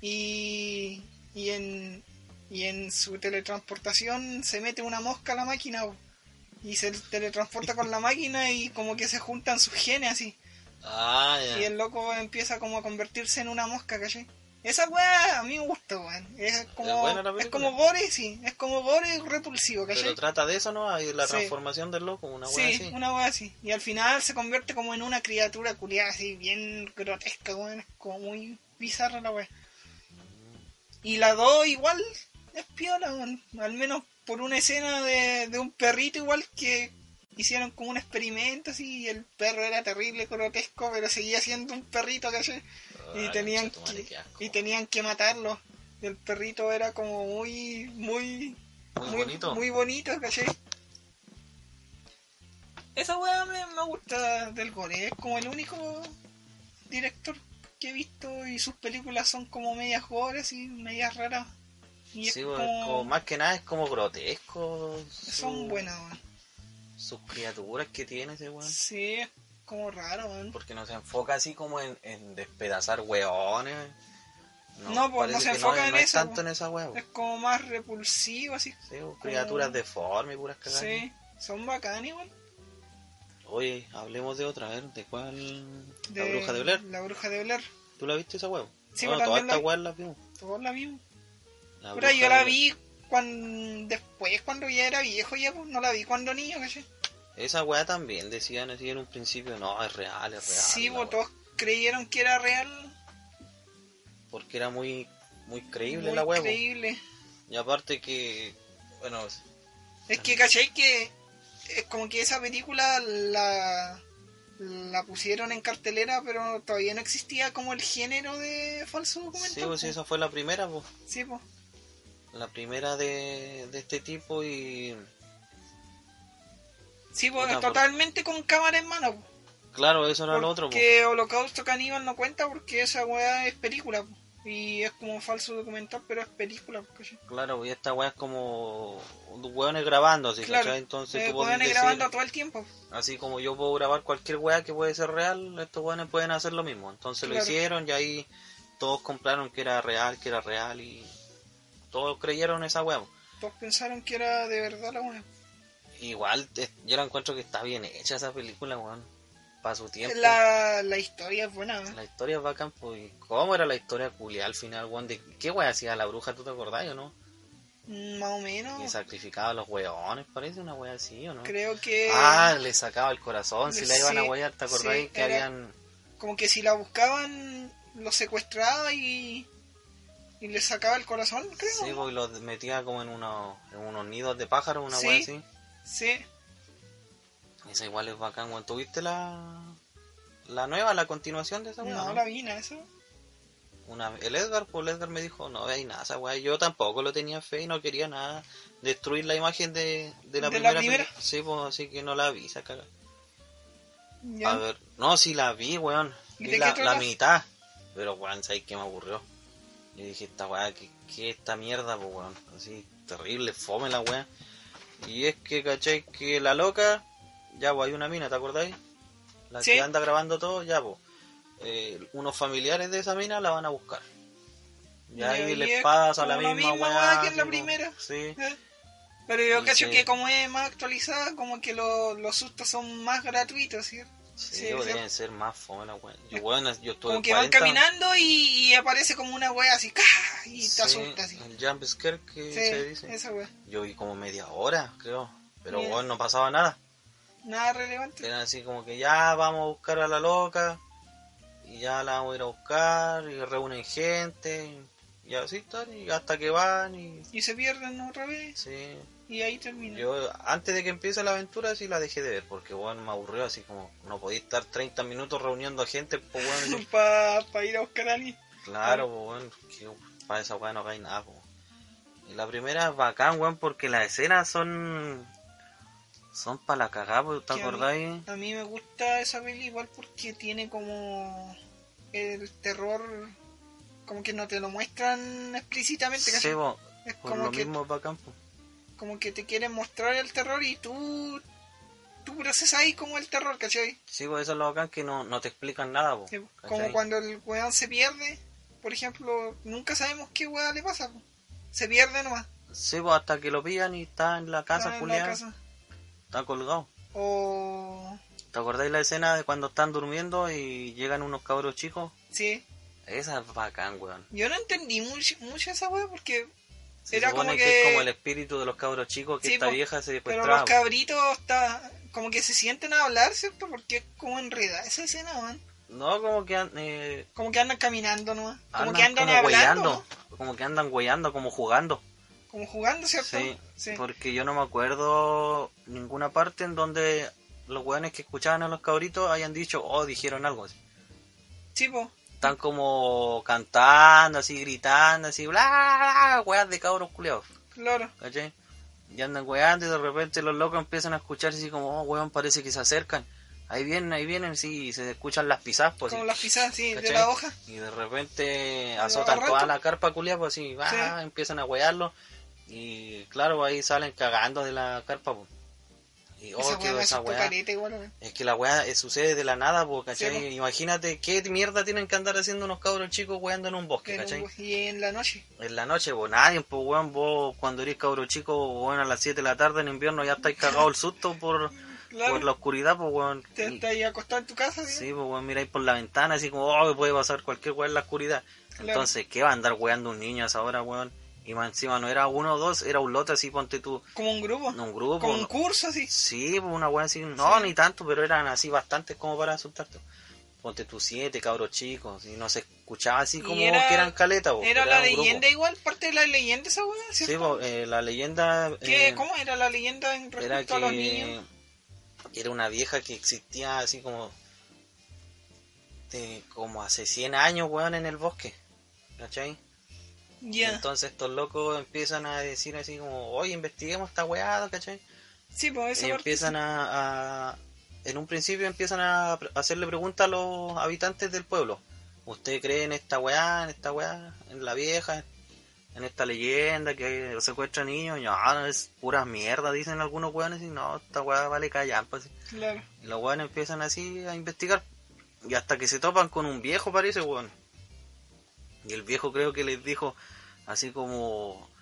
Speaker 1: Y, y, en, y en su teletransportación se mete una mosca a la máquina bo. y se teletransporta con la máquina y como que se juntan sus genes así.
Speaker 2: Ah, ya.
Speaker 1: Y el loco empieza como a convertirse en una mosca, ¿cachai? Esa weá a mí me gusta, weón. Es como,
Speaker 2: buena la
Speaker 1: es
Speaker 2: película.
Speaker 1: como gore, sí. Es como gore repulsivo, ¿cachai?
Speaker 2: Pero trata de eso, ¿no? Hay la
Speaker 1: Sí.
Speaker 2: transformación del loco, una wea
Speaker 1: Sí,
Speaker 2: así.
Speaker 1: una wea así. Y al final se convierte como en una criatura culiada, así, bien grotesca, weón. Es como muy bizarra la wea. Y la 2 igual es piola, weón. Al menos por una escena de, de un perrito igual que hicieron como un experimento así. Y el perro era terrible, grotesco, pero seguía siendo un perrito, ¿cachai?
Speaker 2: Ay,
Speaker 1: y tenían
Speaker 2: conchetumare,
Speaker 1: que,
Speaker 2: qué asco.
Speaker 1: y tenían que matarlo. Y el perrito era como muy, muy
Speaker 2: Muy bonito.
Speaker 1: muy bonito, ¿cachai? Esa weá me, me gusta del Gore. Es como el único director que he visto y sus películas son como medias gores y medias raras. Y es
Speaker 2: Sí, pues, como más que nada es como grotesco. su-
Speaker 1: Son buenas, weón.
Speaker 2: Sus criaturas que tiene ese weón.
Speaker 1: Sí, es como raro, weón.
Speaker 2: Porque no se enfoca así como en, en despedazar weones.
Speaker 1: No, pues,
Speaker 2: parece
Speaker 1: no se
Speaker 2: que
Speaker 1: enfoca en
Speaker 2: no es
Speaker 1: eso,
Speaker 2: tanto
Speaker 1: pues.
Speaker 2: en esa weá.
Speaker 1: Es como más repulsivo, así.
Speaker 2: Sí, pues, criaturas deformes y puras cagadas.
Speaker 1: Sí, son bacanes, weón.
Speaker 2: Oye, hablemos de otra, a ver, ¿de cuál? La
Speaker 1: De-
Speaker 2: bruja de Blair.
Speaker 1: La bruja de Blair.
Speaker 2: ¿Tú la viste esa huevo?
Speaker 1: Sí, pues,
Speaker 2: bueno, todas
Speaker 1: también la
Speaker 2: estas
Speaker 1: vi.
Speaker 2: weas las vimos.
Speaker 1: Todos la vimos.
Speaker 2: La
Speaker 1: Puta,
Speaker 2: Bruja
Speaker 1: yo
Speaker 2: de
Speaker 1: la
Speaker 2: Blair.
Speaker 1: vi cuando, después, cuando ya era viejo, ya pues, no la vi cuando niño, ¿cachai?
Speaker 2: Esa wea también decían así en un principio, no, es real, es real.
Speaker 1: Sí,
Speaker 2: la
Speaker 1: pues,
Speaker 2: wea.
Speaker 1: todos creyeron que era real.
Speaker 2: Porque era muy, muy creíble
Speaker 1: Muy
Speaker 2: la huevo.
Speaker 1: Increíble.
Speaker 2: Y aparte que, bueno,
Speaker 1: Es que, ¿cachai? Que es como que esa película la, la pusieron en cartelera, pero todavía no existía como el género de falso documental.
Speaker 2: sí, pues
Speaker 1: po.
Speaker 2: esa fue la primera, pues.
Speaker 1: Sí, po.
Speaker 2: La primera de, de este tipo y...
Speaker 1: Sí, po,
Speaker 2: Puta, por-
Speaker 1: totalmente con cámara en mano. po.
Speaker 2: Claro, eso era lo otro, pues.
Speaker 1: Porque Holocausto Caníbal no cuenta porque esa weá es película. po. Y es como falso documental, pero es película. po, ¿cachai?
Speaker 2: Claro, y esta wea es como hueones grabando, así,
Speaker 1: Claro,
Speaker 2: ¿cachai? Entonces
Speaker 1: Eh,
Speaker 2: tú podés
Speaker 1: weones
Speaker 2: decir,
Speaker 1: grabando todo el tiempo.
Speaker 2: así como yo puedo grabar cualquier wea que puede ser real, estos weones pueden hacer lo mismo. Entonces lo
Speaker 1: Claro.
Speaker 2: hicieron y ahí todos compraron que era real, que era real y todos creyeron esa wea. po.
Speaker 1: Todos pensaron que era de verdad la weá.
Speaker 2: Igual eh, yo la encuentro que está bien hecha esa película, weón. Para su tiempo.
Speaker 1: La, la historia es buena. ¿eh?
Speaker 2: La historia es bacán, pues. ¿y ¿Cómo era la historia culia al final, weón? ¿De qué wea hacía la bruja, tú te acordás o no?
Speaker 1: Mm, Más o
Speaker 2: Y
Speaker 1: menos.
Speaker 2: sacrificaba a los weones, parece una wea así, ¿o no?
Speaker 1: Creo que...
Speaker 2: Ah, le sacaba el corazón, si la iban a
Speaker 1: Sí,
Speaker 2: huear, ¿te acordás?
Speaker 1: sí,
Speaker 2: que
Speaker 1: era-
Speaker 2: habían...
Speaker 1: como que si la buscaban, lo secuestraba y, y le sacaba el corazón, creo.
Speaker 2: Sí,
Speaker 1: Sí,
Speaker 2: pues, y los metía como en unos, en unos nidos de pájaros, una
Speaker 1: Sí.
Speaker 2: wea así. Esa igual es bacán, weón. ¿Tuviste la... la nueva, la continuación de esa
Speaker 1: no,
Speaker 2: wea? no?
Speaker 1: la vina, eso.
Speaker 2: Una... El Edgar, pues el Edgar me dijo, no veis nada, esa wea. Yo tampoco lo tenía fe y no quería nada. Destruir la imagen de, de la
Speaker 1: ¿De
Speaker 2: primera.
Speaker 1: la primera?
Speaker 2: peli- Sí, pues así que no la vi, esa cara.
Speaker 1: Ya.
Speaker 2: A ver, no, sí la vi, weón.
Speaker 1: ¿Y
Speaker 2: Vi
Speaker 1: de
Speaker 2: la,
Speaker 1: qué
Speaker 2: la
Speaker 1: trata?
Speaker 2: mitad. Pero, weón, ¿sabes qué me aburrió? Yo dije, esta weá, ¿qué, qué esta mierda, pues, weón? Así, terrible, fome la weá. Y es que, caché que la loca, ya, pues, hay una mina, ¿te acordáis? La
Speaker 1: Sí.
Speaker 2: que anda grabando todo, ya, pues. eh, unos familiares de esa mina la van a buscar. Y
Speaker 1: Ya,
Speaker 2: ahí
Speaker 1: y
Speaker 2: les
Speaker 1: es
Speaker 2: pasa la
Speaker 1: como la
Speaker 2: misma,
Speaker 1: misma
Speaker 2: weá.
Speaker 1: weá que en la
Speaker 2: tipo,
Speaker 1: primera.
Speaker 2: Sí,
Speaker 1: Eh. Pero yo
Speaker 2: Y
Speaker 1: cacho
Speaker 2: sí.
Speaker 1: que como es más actualizada, como que lo- los sustos son más gratuitos, ¿sí?
Speaker 2: sí,
Speaker 1: Sí,
Speaker 2: pues,
Speaker 1: sí.
Speaker 2: deben ser más fome la weá. Yo, weón, yo estuve
Speaker 1: Como que van
Speaker 2: 40
Speaker 1: caminando y, y aparece como una wea así, ¡ca! y te
Speaker 2: Sí,
Speaker 1: asusta así.
Speaker 2: El jump scare que se
Speaker 1: Sí,
Speaker 2: dice.
Speaker 1: esa wea.
Speaker 2: Yo vi como media hora, creo. Pero
Speaker 1: Bien.
Speaker 2: bueno, no pasaba nada.
Speaker 1: Nada relevante.
Speaker 2: Era así como que ya vamos a buscar a la loca. Y ya la vamos a ir a buscar. Y reúnen gente. Y así están. Y hasta que van. Y
Speaker 1: Y se pierden otra vez
Speaker 2: sí.
Speaker 1: y ahí termina.
Speaker 2: Yo antes de que empiece la aventura sí la dejé de ver. Porque bueno, me aburrió. Así como no podía estar 30 minutos reuniendo a gente. Pues bueno, yo-
Speaker 1: Para ir a buscar a alguien.
Speaker 2: Claro, pues, weón, que para esa weá no cae nada, pues. Y la primera es bacán, weón, porque las escenas son. son para la cagada, pues, ¿te
Speaker 1: Que a mí-
Speaker 2: acordáis?
Speaker 1: A mí me gusta esa peli igual porque tiene como el terror, como que no te lo muestran explícitamente,
Speaker 2: Sí,
Speaker 1: ¿cachai?
Speaker 2: po,
Speaker 1: es
Speaker 2: por
Speaker 1: este como
Speaker 2: lo
Speaker 1: que,
Speaker 2: mismo es bacán, pues.
Speaker 1: como que te quieren mostrar el terror y tú, tú procesas ahí como el terror, ¿cachai?
Speaker 2: Sí, pues eso es lo bacán que no, no te explican nada, pues.
Speaker 1: Sí, Como cuando el weón se pierde, por ejemplo, nunca sabemos qué weón le pasa, po. se pierde nomás.
Speaker 2: Sí, pues hasta que lo pillan y está en la
Speaker 1: está
Speaker 2: casa,
Speaker 1: en la
Speaker 2: culiado,
Speaker 1: casa.
Speaker 2: está colgado.
Speaker 1: O,
Speaker 2: ¿Te acordáis la escena de cuando están durmiendo y llegan unos cabros chicos?
Speaker 1: sí,
Speaker 2: Esa es bacán, weón.
Speaker 1: yo no entendí mucho, mucho esa weá porque
Speaker 2: Se
Speaker 1: Era
Speaker 2: supone
Speaker 1: como
Speaker 2: que... es
Speaker 1: que-
Speaker 2: como el espíritu de los cabros chicos que
Speaker 1: Sí,
Speaker 2: esta
Speaker 1: po,
Speaker 2: vieja se
Speaker 1: Pero
Speaker 2: secuestraba.
Speaker 1: los cabritos está, como que se sienten a hablar, ¿cierto? Porque es como enredada esa escena, man.
Speaker 2: No, como que an- eh,
Speaker 1: Como que andan caminando nomás. Como
Speaker 2: andan
Speaker 1: que andan
Speaker 2: como
Speaker 1: hablando,
Speaker 2: hueando, como que andan hueando, como jugando.
Speaker 1: ¿no? Como jugando, ¿cierto?
Speaker 2: Sí,
Speaker 1: Sí.
Speaker 2: porque yo no me acuerdo ninguna parte en donde los hueones que escuchaban a los cabritos hayan dicho o dijeron algo así.
Speaker 1: Sí, po.
Speaker 2: Están como cantando, así gritando, así bla, bla, bla, hueas de cabros culeados,
Speaker 1: Claro.
Speaker 2: ¿cachai? Y andan weando y de repente los locos empiezan a escuchar así como, oh, weón, parece que se acercan. Ahí vienen, ahí vienen, sí, y se escuchan las pisadas, pues.
Speaker 1: Como
Speaker 2: así,
Speaker 1: las pisadas, sí, de
Speaker 2: ¿cachai?
Speaker 1: la hoja.
Speaker 2: Y de repente azotan
Speaker 1: agarran,
Speaker 2: toda
Speaker 1: pues.
Speaker 2: la carpa culia, pues así, va,
Speaker 1: Sí.
Speaker 2: empiezan a wearlo. Y claro, ahí salen cagando de la carpa, pues. Y oh,
Speaker 1: esa
Speaker 2: quedó
Speaker 1: weá me
Speaker 2: esa
Speaker 1: asustó
Speaker 2: weá.
Speaker 1: caleta igual, weón.
Speaker 2: Es que la weá eh, sucede de la nada, po, ¿cachai?
Speaker 1: Sí, pues. po.
Speaker 2: Imagínate qué mierda tienen que andar haciendo unos cabros chicos weando en un bosque,
Speaker 1: Pero,
Speaker 2: ¿cachai?
Speaker 1: Y en la noche.
Speaker 2: En la noche, vos, nadie, pues weón, vos cuando eres cabro chico, weón, a las 7 de la tarde en invierno ya estáis cagado el susto por,
Speaker 1: Claro.
Speaker 2: por la oscuridad, pues weón.
Speaker 1: Te
Speaker 2: Y-
Speaker 1: estás ahí acostado en tu casa, ¿sí?
Speaker 2: Sí, pues weón, miráis por la ventana, así como, oh, puede pasar cualquier weón en la oscuridad.
Speaker 1: Claro.
Speaker 2: Entonces, ¿qué va a andar weando un niño a esa hora, weón? Y más encima no era uno o dos, era un lote así, ponte tú,
Speaker 1: Como un grupo.
Speaker 2: un grupo.
Speaker 1: como un
Speaker 2: ¿no?
Speaker 1: curso, así.
Speaker 2: Sí, pues una weá así, no, ni tanto, pero eran así bastantes como para asustarte. Ponte tus siete cabros chicos, y no se escuchaba así
Speaker 1: Y
Speaker 2: como
Speaker 1: era-
Speaker 2: que eran caletas. po,
Speaker 1: Era
Speaker 2: pero
Speaker 1: la
Speaker 2: un grupo.
Speaker 1: leyenda igual, parte de la leyenda esa weá, ¿cierto?
Speaker 2: Sí, po, eh, la leyenda
Speaker 1: ¿Qué,
Speaker 2: eh,
Speaker 1: ¿Cómo era la leyenda en respecto
Speaker 2: era
Speaker 1: a los
Speaker 2: que
Speaker 1: niños?
Speaker 2: era una vieja que existía así como de- como hace 100 años, weón, en el bosque. ¿Cachai?
Speaker 1: Ya.
Speaker 2: Entonces estos locos empiezan a decir así como, oye, investiguemos esta weá, ¿cachai?
Speaker 1: Sí, pues esa
Speaker 2: Y
Speaker 1: parte.
Speaker 2: empiezan a, a- En un principio empiezan a pre- hacerle preguntas a los habitantes del pueblo. ¿Usted cree en esta weá, en esta weá, en la vieja, en esta leyenda que secuestra niños? Y, "Ah, es pura mierda, dicen algunos weones. Y no, esta weá vale callampa. así.
Speaker 1: Claro.
Speaker 2: Y los weones empiezan así a investigar. Y hasta que se topan con un viejo, parece, weón. Y el viejo creo que les dijo así como...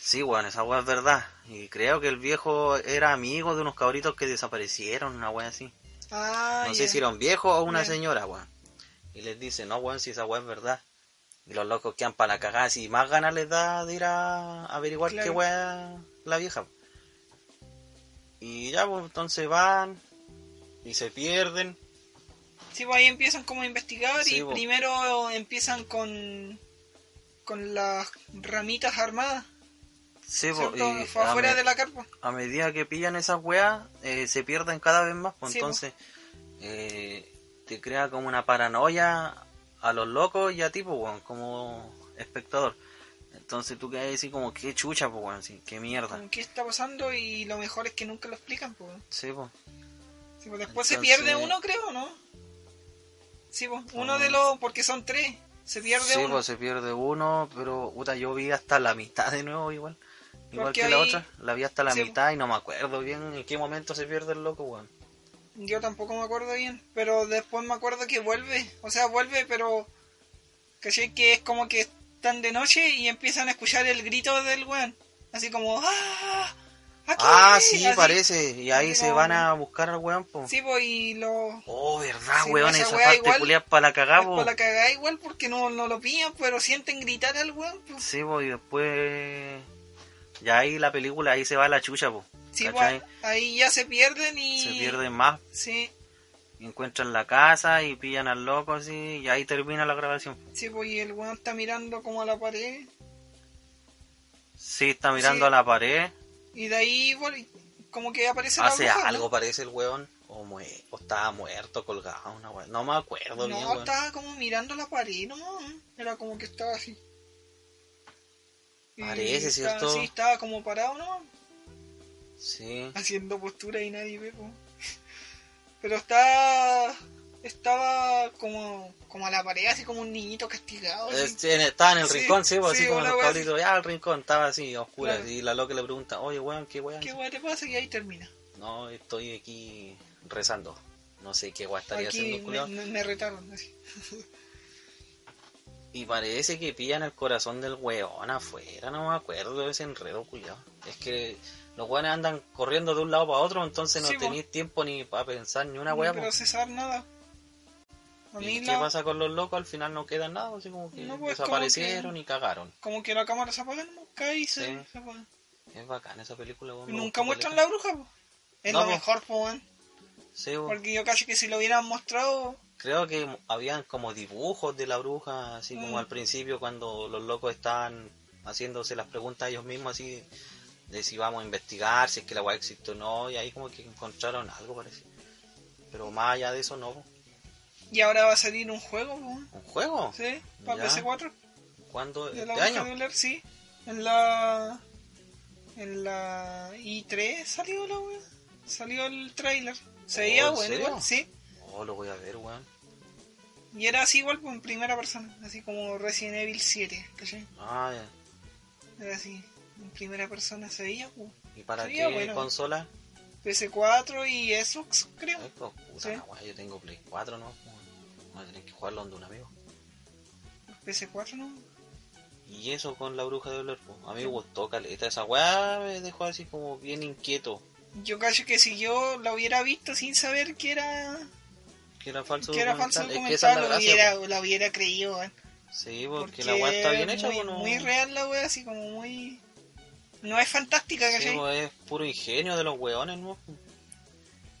Speaker 2: Sí, weón, esa weá es verdad. Y creo que el viejo era amigo de unos cabritos que desaparecieron, una weá así.
Speaker 1: Ah,
Speaker 2: No
Speaker 1: ya.
Speaker 2: sé si era un viejo o una
Speaker 1: Ya.
Speaker 2: señora, weón. Y les dice, no, weón, si esa weá es verdad. Y los locos quedan para la cagada. Si más ganas les da de ir a averiguar qué
Speaker 1: Claro.
Speaker 2: weá es la vieja. Y ya, pues, entonces van y se pierden.
Speaker 1: Sí, pues ahí empiezan como a investigar
Speaker 2: Sí,
Speaker 1: y
Speaker 2: pues.
Speaker 1: primero empiezan con con las ramitas armadas,
Speaker 2: Sí, po,
Speaker 1: ¿cierto?
Speaker 2: y
Speaker 1: Fue
Speaker 2: a,
Speaker 1: afuera
Speaker 2: me-
Speaker 1: de la carpa.
Speaker 2: a medida que pillan esas weas, eh, se pierden cada vez más. pues,
Speaker 1: Sí, po.
Speaker 2: entonces, eh, te crea como una paranoia a los locos y a ti, pues, weón, como espectador. Entonces tú quedas así como, qué chucha, pues, weón, así, qué mierda.
Speaker 1: Como, ¿Qué está pasando? Y lo mejor es que nunca lo explican, pues.
Speaker 2: Sí, pues.
Speaker 1: Sí, pues, después se
Speaker 2: Entonces-
Speaker 1: pierde uno, creo, ¿no? Sí, pues, uno
Speaker 2: Ah.
Speaker 1: de los, porque son tres, se pierde
Speaker 2: Sí,
Speaker 1: uno.
Speaker 2: pues se pierde uno, pero puta, yo vi hasta la mitad de nuevo igual. Igual
Speaker 1: Porque
Speaker 2: que la
Speaker 1: ahí-
Speaker 2: otra, la vi hasta la
Speaker 1: Sí,
Speaker 2: mitad y no me acuerdo bien en qué momento se pierde el loco, weón.
Speaker 1: Yo tampoco me acuerdo bien, pero después me acuerdo que vuelve, o sea, vuelve, pero caché que es como que están de noche y empiezan a escuchar el grito del weón, así como ¡Ah! ¡Aquí!
Speaker 2: Ah, sí,
Speaker 1: Así.
Speaker 2: parece. Y ahí
Speaker 1: Así
Speaker 2: se
Speaker 1: como-
Speaker 2: van a buscar al weón, po.
Speaker 1: Sí, pues, y lo
Speaker 2: Oh, verdad,
Speaker 1: Sí,
Speaker 2: weón,
Speaker 1: esa
Speaker 2: esa
Speaker 1: weá
Speaker 2: parte
Speaker 1: igual-
Speaker 2: culiar para la cagá, po.
Speaker 1: después la cagada igual porque no, no lo pillan, pero sienten gritar al weón, pues.
Speaker 2: Sí, po, y después... Ya ahí la película, ahí se va la chucha, po.
Speaker 1: Sí,
Speaker 2: ¿Cachai?
Speaker 1: pues, ahí ya se pierden y
Speaker 2: Se pierden más,
Speaker 1: Sí,
Speaker 2: encuentran la casa y pillan al loco así, y ahí termina la grabación.
Speaker 1: sí, pues, y el weón está mirando como a la pared
Speaker 2: Sí, está
Speaker 1: Sí.
Speaker 2: mirando a la pared,
Speaker 1: y de ahí bueno, como que aparece la
Speaker 2: hace
Speaker 1: bruja, ¿no?
Speaker 2: algo parece el weón, o, mue- o estaba muerto, colgado, una wea- no me acuerdo bien,
Speaker 1: No,
Speaker 2: weón.
Speaker 1: estaba como mirando la pared, no, era como que estaba así. Y
Speaker 2: Parece,
Speaker 1: estaba-
Speaker 2: ¿cierto?
Speaker 1: Sí, estaba como parado, ¿no?
Speaker 2: Sí,
Speaker 1: Haciendo postura y nadie ve, po. Pero está... Estaba como, como a la pared, así como un niñito castigado. así.
Speaker 2: Este, en- estaba en el
Speaker 1: Sí,
Speaker 2: rincón, sí, po, así
Speaker 1: sí,
Speaker 2: como
Speaker 1: una
Speaker 2: los
Speaker 1: wea así.
Speaker 2: cabritos, ya al rincón, estaba así, a oscuras,
Speaker 1: Claro.
Speaker 2: y la loca le pregunta, oye, weón, qué weón,
Speaker 1: ¿Qué weá te pasa? Y ahí termina.
Speaker 2: No, estoy aquí rezando. No sé qué guay estaría
Speaker 1: Aquí
Speaker 2: haciendo,
Speaker 1: me,
Speaker 2: culiao.
Speaker 1: me- me retaron. Así.
Speaker 2: Y parece que pillan el corazón del weón afuera. No me acuerdo de ese enredo, culiao. Es que los weones andan corriendo de un lado para otro, entonces no
Speaker 1: Sí, po.
Speaker 2: tenéis tiempo ni para pensar ni una
Speaker 1: No
Speaker 2: wea. po.
Speaker 1: procesar nada. A mí
Speaker 2: ¿Y qué
Speaker 1: la-
Speaker 2: pasa con los locos? Al final no queda nada, así como que
Speaker 1: No, pues, como
Speaker 2: desaparecieron
Speaker 1: que-
Speaker 2: y cagaron.
Speaker 1: como que la cámara se apaga, ¿no? Cae y se,
Speaker 2: Sí.
Speaker 1: se apaga.
Speaker 2: Es bacán esa película, weón.
Speaker 1: Y
Speaker 2: me
Speaker 1: Nunca
Speaker 2: gustó
Speaker 1: muestran
Speaker 2: caleta.
Speaker 1: la bruja, po. Es
Speaker 2: No,
Speaker 1: lo
Speaker 2: po.
Speaker 1: mejor, po, weón.
Speaker 2: Sí, po.
Speaker 1: Porque yo casi que si lo hubieran mostrado,
Speaker 2: Creo que m- habían como dibujos de la bruja, así como
Speaker 1: Mm.
Speaker 2: al principio cuando los locos estaban haciéndose las preguntas a ellos mismos, así de si vamos a investigar, si es que la weá existe o no, y ahí como que encontraron algo parece. Pero más allá de eso no, po.
Speaker 1: y ahora va a salir un juego, po,
Speaker 2: ¿un juego?
Speaker 1: ¿sí? Para
Speaker 2: Ya.
Speaker 1: PS4,
Speaker 2: ¿Cuándo?
Speaker 1: de
Speaker 2: ¿Este
Speaker 1: la bruja
Speaker 2: año?
Speaker 1: de Blair, sí. En la. En la I3 salió la weá. Salió el trailer. Se veía
Speaker 2: ¿en
Speaker 1: bueno
Speaker 2: serio?
Speaker 1: igual, sí.
Speaker 2: Oh, lo voy a ver, weón.
Speaker 1: Y era así igual pues, en primera persona, así como Resident Evil 7, ¿cachai?
Speaker 2: Ah, ya.
Speaker 1: Era así, en primera persona se veía, pues,
Speaker 2: ¿Y para
Speaker 1: Sí,
Speaker 2: qué
Speaker 1: bueno.
Speaker 2: consola?
Speaker 1: PS4 y Xbox, creo.
Speaker 2: Ay, pues, puta
Speaker 1: Sí.
Speaker 2: la weá, yo tengo Play 4, ¿no? Voy a tener que jugarlo donde un amigo. Ah.
Speaker 1: PS4 no.
Speaker 2: Y eso con la bruja de Blair, pues. A mí me gustó caleta. Esa weá me dejó así como bien inquieto.
Speaker 1: Yo cacho que si yo la hubiera visto sin saber que era
Speaker 2: Que era falso
Speaker 1: que era falso
Speaker 2: documental.
Speaker 1: documental,
Speaker 2: Es que esa es la
Speaker 1: la,
Speaker 2: gracia,
Speaker 1: hubiera, la hubiera creído, weón.
Speaker 2: pues. Sí, porque, la weá está bien hecha,
Speaker 1: muy,
Speaker 2: pues, no-
Speaker 1: muy real la wea, así como muy... No es fantástica,
Speaker 2: Sí,
Speaker 1: ¿cachai?
Speaker 2: pues, es puro ingenio de los weones, ¿no?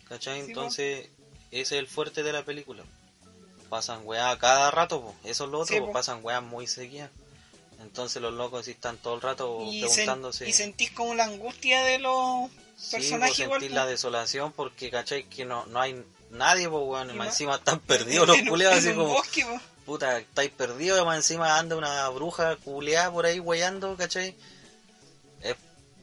Speaker 2: ¿Cachai?
Speaker 1: Sí,
Speaker 2: Entonces, ese es el fuerte de la película. Pasan weas a cada rato, po. eso es lo otro,
Speaker 1: Sí,
Speaker 2: po.
Speaker 1: po.
Speaker 2: pasan weas muy seguidas. Entonces los locos sí están todo el rato
Speaker 1: y, sen-
Speaker 2: preguntándose.
Speaker 1: y sentís como la angustia de los...
Speaker 2: Sí,
Speaker 1: personaje
Speaker 2: vos
Speaker 1: igual,
Speaker 2: sentís
Speaker 1: po.
Speaker 2: la desolación porque, ¿cachai? Que no, no hay nadie, pues, weón. Y
Speaker 1: Y
Speaker 2: más
Speaker 1: más-
Speaker 2: encima están perdidos los
Speaker 1: en un-
Speaker 2: culeados,
Speaker 1: en
Speaker 2: así
Speaker 1: un
Speaker 2: como,
Speaker 1: bosque, po.
Speaker 2: puta, estáis perdidos. Y más encima anda una bruja culeada por ahí weyando, ¿cachai? Es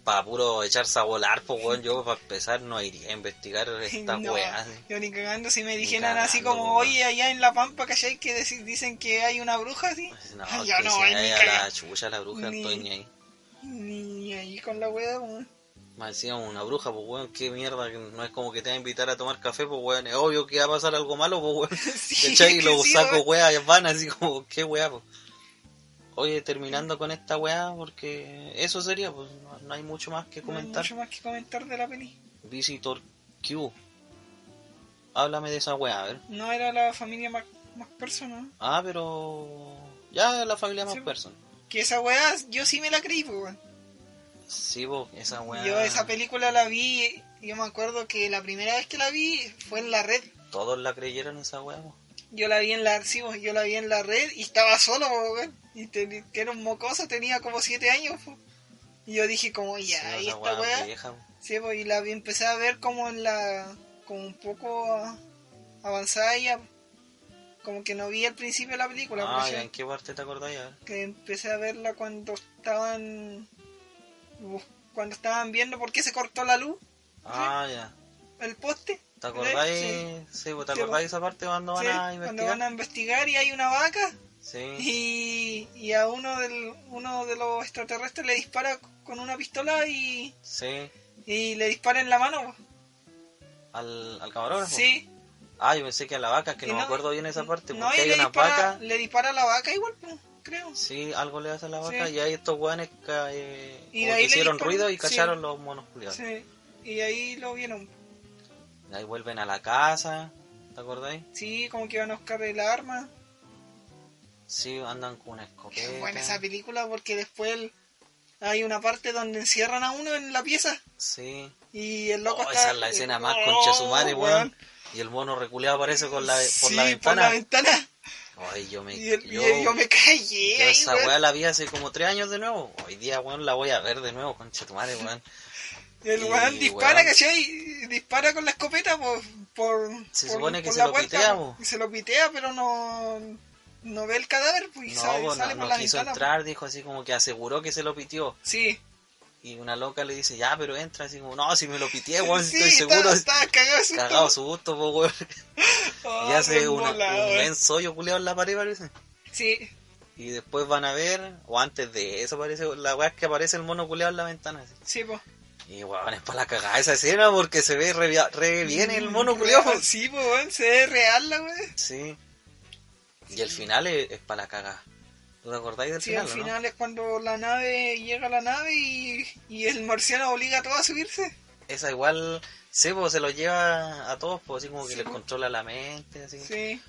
Speaker 2: para puro echarse a volar, pues, weón. Yo, para empezar, no iría a investigar esta
Speaker 1: No,
Speaker 2: weá. así.
Speaker 1: Yo ni cagando si me dijeran así
Speaker 2: cagando,
Speaker 1: como,
Speaker 2: weón.
Speaker 1: oye, allá en La Pampa, ¿cachai? Que deci- dicen que hay una bruja así.
Speaker 2: Pues, No,
Speaker 1: Ay,
Speaker 2: que
Speaker 1: yo no,
Speaker 2: se
Speaker 1: ay, ni
Speaker 2: vaya a la
Speaker 1: cagar.
Speaker 2: chucha la bruja,
Speaker 1: Ni-
Speaker 2: estoy ni ahí.
Speaker 1: Ni ahí con la wea, weón.
Speaker 2: Más encima una bruja, pues, weón, qué mierda. que No es como que te va a invitar a tomar café, pues, weón. Es obvio que va a pasar algo malo, pues, weón.
Speaker 1: Sí,
Speaker 2: ¿Cachai? Y
Speaker 1: es que
Speaker 2: los
Speaker 1: sí,
Speaker 2: sacos
Speaker 1: weón.
Speaker 2: weas van así como, qué wea, po. Oye, terminando con esta wea, porque eso sería, pues no, no hay mucho más que
Speaker 1: No hay
Speaker 2: comentar.
Speaker 1: mucho más que comentar de la peli.
Speaker 2: Visitor Q. Háblame de esa wea, a ver.
Speaker 1: No era la familia más, más persona.
Speaker 2: Ah, pero. Ya la familia más
Speaker 1: Sí.
Speaker 2: persona.
Speaker 1: Que esa wea, yo sí me la creí, po, weón.
Speaker 2: Sí, vos, esa wea.
Speaker 1: Yo esa película la vi, yo me acuerdo que la primera vez que la vi fue en la red.
Speaker 2: Todos la creyeron esa wea, po.
Speaker 1: Yo la vi en la sí, pues, yo la vi en la red y estaba solo, po, weón. Y te- que era un mocoso, tenía como 7 años. po. Y yo dije como, ya,
Speaker 2: Sí,
Speaker 1: ahí
Speaker 2: esa
Speaker 1: esta
Speaker 2: wea
Speaker 1: weá.
Speaker 2: vieja, po.
Speaker 1: Sí, pues, y la vi- empecé a ver como en la... como un poco ah, avanzada ya. Como que no vi al principio de la película. por
Speaker 2: Ah,
Speaker 1: eso
Speaker 2: ya, ¿en qué parte te acordáis? A ver.
Speaker 1: que empecé a verla cuando estaban... bus- cuando estaban viendo por qué se cortó la luz,
Speaker 2: Ah, ya.
Speaker 1: el poste.
Speaker 2: ¿Te acordáis?
Speaker 1: Sí.
Speaker 2: Sí, po, ¿te
Speaker 1: Sí, po.
Speaker 2: acordáis esa parte cuando van
Speaker 1: Sí,
Speaker 2: a
Speaker 1: cuando
Speaker 2: investigar?
Speaker 1: van a investigar y hay una vaca.
Speaker 2: Sí.
Speaker 1: Y, y a uno, del, uno de los extraterrestres le dispara con una pistola y,
Speaker 2: Sí.
Speaker 1: y le dispara en la mano.
Speaker 2: Al, al camarógrafo.
Speaker 1: Sí.
Speaker 2: Ah, yo pensé que a la vaca, es que
Speaker 1: Y
Speaker 2: no, me
Speaker 1: no-
Speaker 2: acuerdo bien esa parte,
Speaker 1: No,
Speaker 2: porque
Speaker 1: y
Speaker 2: hay
Speaker 1: le
Speaker 2: una
Speaker 1: dispara,
Speaker 2: vaca,
Speaker 1: le dispara a la vaca igual, pues, creo.
Speaker 2: sí, algo le hace a la vaca,
Speaker 1: Sí.
Speaker 2: y hay estos guanes
Speaker 1: Y
Speaker 2: que eh, como
Speaker 1: de
Speaker 2: que
Speaker 1: ahí le
Speaker 2: hicieron
Speaker 1: disparan,
Speaker 2: ruido y
Speaker 1: sí.
Speaker 2: cacharon los monos culiados.
Speaker 1: Sí. Y ahí lo vieron.
Speaker 2: Y Ahí vuelven a la casa, ¿te acordáis?
Speaker 1: Sí, como que iban a buscar el arma.
Speaker 2: Sí, andan con una
Speaker 1: Qué
Speaker 2: escopeta.
Speaker 1: buena esa película porque después el- hay una parte donde encierran a uno en la pieza
Speaker 2: Sí.
Speaker 1: y el loco
Speaker 2: Oh,
Speaker 1: está...
Speaker 2: esa es la escena más
Speaker 1: Oh,
Speaker 2: concha su madre, weón.
Speaker 1: weón.
Speaker 2: Y el mono reculeado aparece con la, por la
Speaker 1: Sí,
Speaker 2: ventana.
Speaker 1: ventana.
Speaker 2: Ay, yo me...
Speaker 1: Y, el- y
Speaker 2: yo,
Speaker 1: yo me callé
Speaker 2: yo
Speaker 1: ahí,
Speaker 2: esa
Speaker 1: weón.
Speaker 2: weá la vi hace como tres años de nuevo. Hoy día, weón, la voy a ver de nuevo, concha tu madre, weón.
Speaker 1: El
Speaker 2: Y,
Speaker 1: weón dispara,
Speaker 2: weón.
Speaker 1: ¿cachai? Y Dispara con la escopeta por. por
Speaker 2: Se
Speaker 1: por-
Speaker 2: supone que
Speaker 1: por
Speaker 2: se
Speaker 1: la
Speaker 2: lo pitea,
Speaker 1: po.
Speaker 2: po.
Speaker 1: Y Se lo pitea, pero no. No ve el cadáver, pues. y
Speaker 2: No,
Speaker 1: sale,
Speaker 2: bo, no,
Speaker 1: sale
Speaker 2: no
Speaker 1: por la
Speaker 2: quiso
Speaker 1: ventana.
Speaker 2: entrar, dijo así como que aseguró que se lo pitió.
Speaker 1: Sí.
Speaker 2: Y una loca le dice, ya, pero entra, así como, no, si me lo pitié, Eh, weón,
Speaker 1: sí,
Speaker 2: estoy
Speaker 1: estaba-
Speaker 2: seguro.
Speaker 1: Estaba cagado de susto.
Speaker 2: Cagado su gusto, po, weón.
Speaker 1: Oh,
Speaker 2: y hace
Speaker 1: re
Speaker 2: una-
Speaker 1: embolado,
Speaker 2: un
Speaker 1: weón.
Speaker 2: menso hoyo culeado en la pared, parece.
Speaker 1: Sí.
Speaker 2: Y después van a ver, o antes de eso parece, la weá es que aparece el mono culeado en la ventana. así.
Speaker 1: Sí, po.
Speaker 2: Y weón, es para la cagada esa escena porque se ve re, re bien el mono
Speaker 1: Mm,
Speaker 2: culeado.
Speaker 1: real, Sí, po, weón. Se ve real la weón.
Speaker 2: Sí. Y el final es, para la cagada. ¿Tú te acordáis del
Speaker 1: Sí,
Speaker 2: final?
Speaker 1: al
Speaker 2: o no?
Speaker 1: final es cuando la nave llega a la nave y, y el marciano obliga a todos a subirse.
Speaker 2: Esa igual, sí, pues se lo lleva a todos, pues así como que
Speaker 1: Sí,
Speaker 2: les
Speaker 1: po.
Speaker 2: controla la mente, así.
Speaker 1: Sí.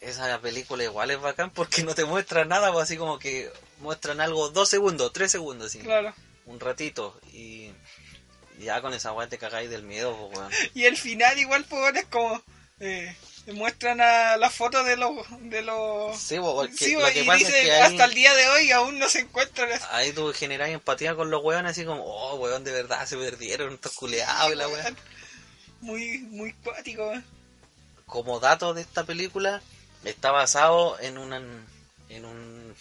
Speaker 2: Esa película igual es bacán porque no te muestran nada, pues así como que muestran algo dos segundos, tres segundos, así,
Speaker 1: Claro.
Speaker 2: un ratito, y y ya con esa weá te cagáis del miedo, pues weón.
Speaker 1: Y el final igual, pues, bueno, es como... Eh, muestran a la foto de los... De los...
Speaker 2: Sí, pues, porque
Speaker 1: Oh. Sí,
Speaker 2: lo que
Speaker 1: y
Speaker 2: pasa
Speaker 1: dice,
Speaker 2: es que ahí,
Speaker 1: hasta el día de hoy aún no se encuentran. así,
Speaker 2: ahí tú generás empatía con los weones, así como, oh weón, de verdad se perdieron estos culeados y la weá.
Speaker 1: weón. Muy, muy cuático, weón.
Speaker 2: como dato de esta película, está basado en un, en un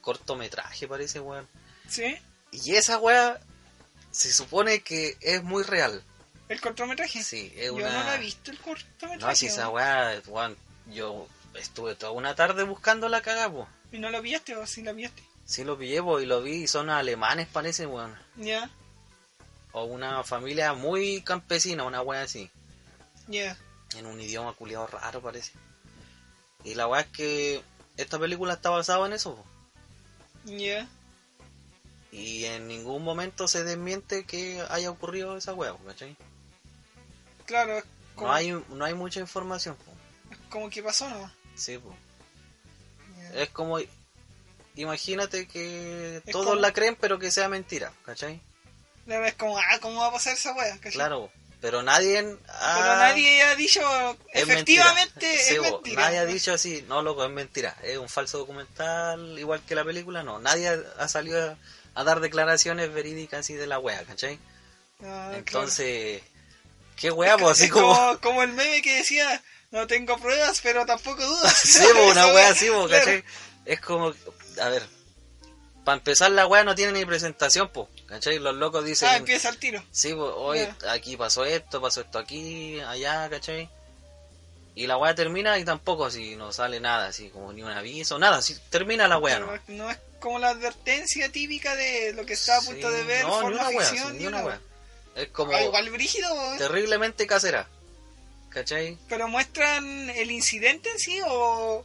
Speaker 2: cortometraje, parece, weón.
Speaker 1: ¿Sí?
Speaker 2: Y esa weá se supone que es muy real.
Speaker 1: El cortometraje.
Speaker 2: Sí, es
Speaker 1: Yo
Speaker 2: una...
Speaker 1: no la he visto el
Speaker 2: No,
Speaker 1: cortometraje.
Speaker 2: si esa
Speaker 1: weón.
Speaker 2: weá, weón, yo estuve toda una tarde buscando la cagá, po.
Speaker 1: Y no lo pillaste o si la este. pillaste.
Speaker 2: Sí lo pillé, po, y lo vi, y son alemanes parece, weón.
Speaker 1: Ya,
Speaker 2: O una familia muy campesina, una weá así.
Speaker 1: ya.
Speaker 2: En un idioma culiado raro parece. Y la weá es que esta película está basada en eso, po.
Speaker 1: Ya,
Speaker 2: Y en ningún momento se desmiente que haya ocurrido esa weá, po, ¿cachai?
Speaker 1: claro, es como,
Speaker 2: No hay, no hay mucha información, po.
Speaker 1: es como que pasó nomás.
Speaker 2: Sí, po.
Speaker 1: Ya.
Speaker 2: Es como... Imagínate que
Speaker 1: Es
Speaker 2: todos
Speaker 1: como-
Speaker 2: la creen pero que sea mentira, ¿cachai?
Speaker 1: Claro, es como, ah, ¿cómo va a pasar esa wea? ¿Cachai?
Speaker 2: Claro, pero nadie ha,
Speaker 1: Pero nadie ha dicho,
Speaker 2: es
Speaker 1: efectivamente,
Speaker 2: mentira.
Speaker 1: es
Speaker 2: Sí, bo,
Speaker 1: mentira.
Speaker 2: Nadie ha dicho así, no loco, es mentira, es un falso documental, igual que la película, no, nadie ha- ha salido a, a dar declaraciones verídicas así de la wea, ¿cachai?
Speaker 1: Ah,
Speaker 2: Entonces, qué
Speaker 1: claro.
Speaker 2: wea, pues
Speaker 1: Es
Speaker 2: así
Speaker 1: como...
Speaker 2: como...
Speaker 1: Como, el meme que decía, no tengo pruebas, pero tampoco dudas.
Speaker 2: Sí, bo, una
Speaker 1: Esa
Speaker 2: wea así, bo,
Speaker 1: claro.
Speaker 2: ¿cachai? Es como, a ver, para empezar la wea no tiene ni presentación, po, ¿cachai? Los locos dicen...
Speaker 1: Ah, empieza el tiro.
Speaker 2: Sí, pues hoy
Speaker 1: Ya.
Speaker 2: aquí pasó esto, pasó esto aquí, allá, ¿cachai? Y la weá termina y tampoco así, no sale nada, así como ni un aviso, nada, así termina la weá, ¿no?
Speaker 1: No, no es como la advertencia típica de lo que está a punto
Speaker 2: Sí,
Speaker 1: de ver,
Speaker 2: no, ni
Speaker 1: forma
Speaker 2: una weá,
Speaker 1: ficción,
Speaker 2: sí,
Speaker 1: ni una
Speaker 2: weá.
Speaker 1: wea.
Speaker 2: Es como
Speaker 1: Ah, igual brígido, weón.
Speaker 2: terriblemente casera, ¿cachai?
Speaker 1: pero muestran el incidente en sí o...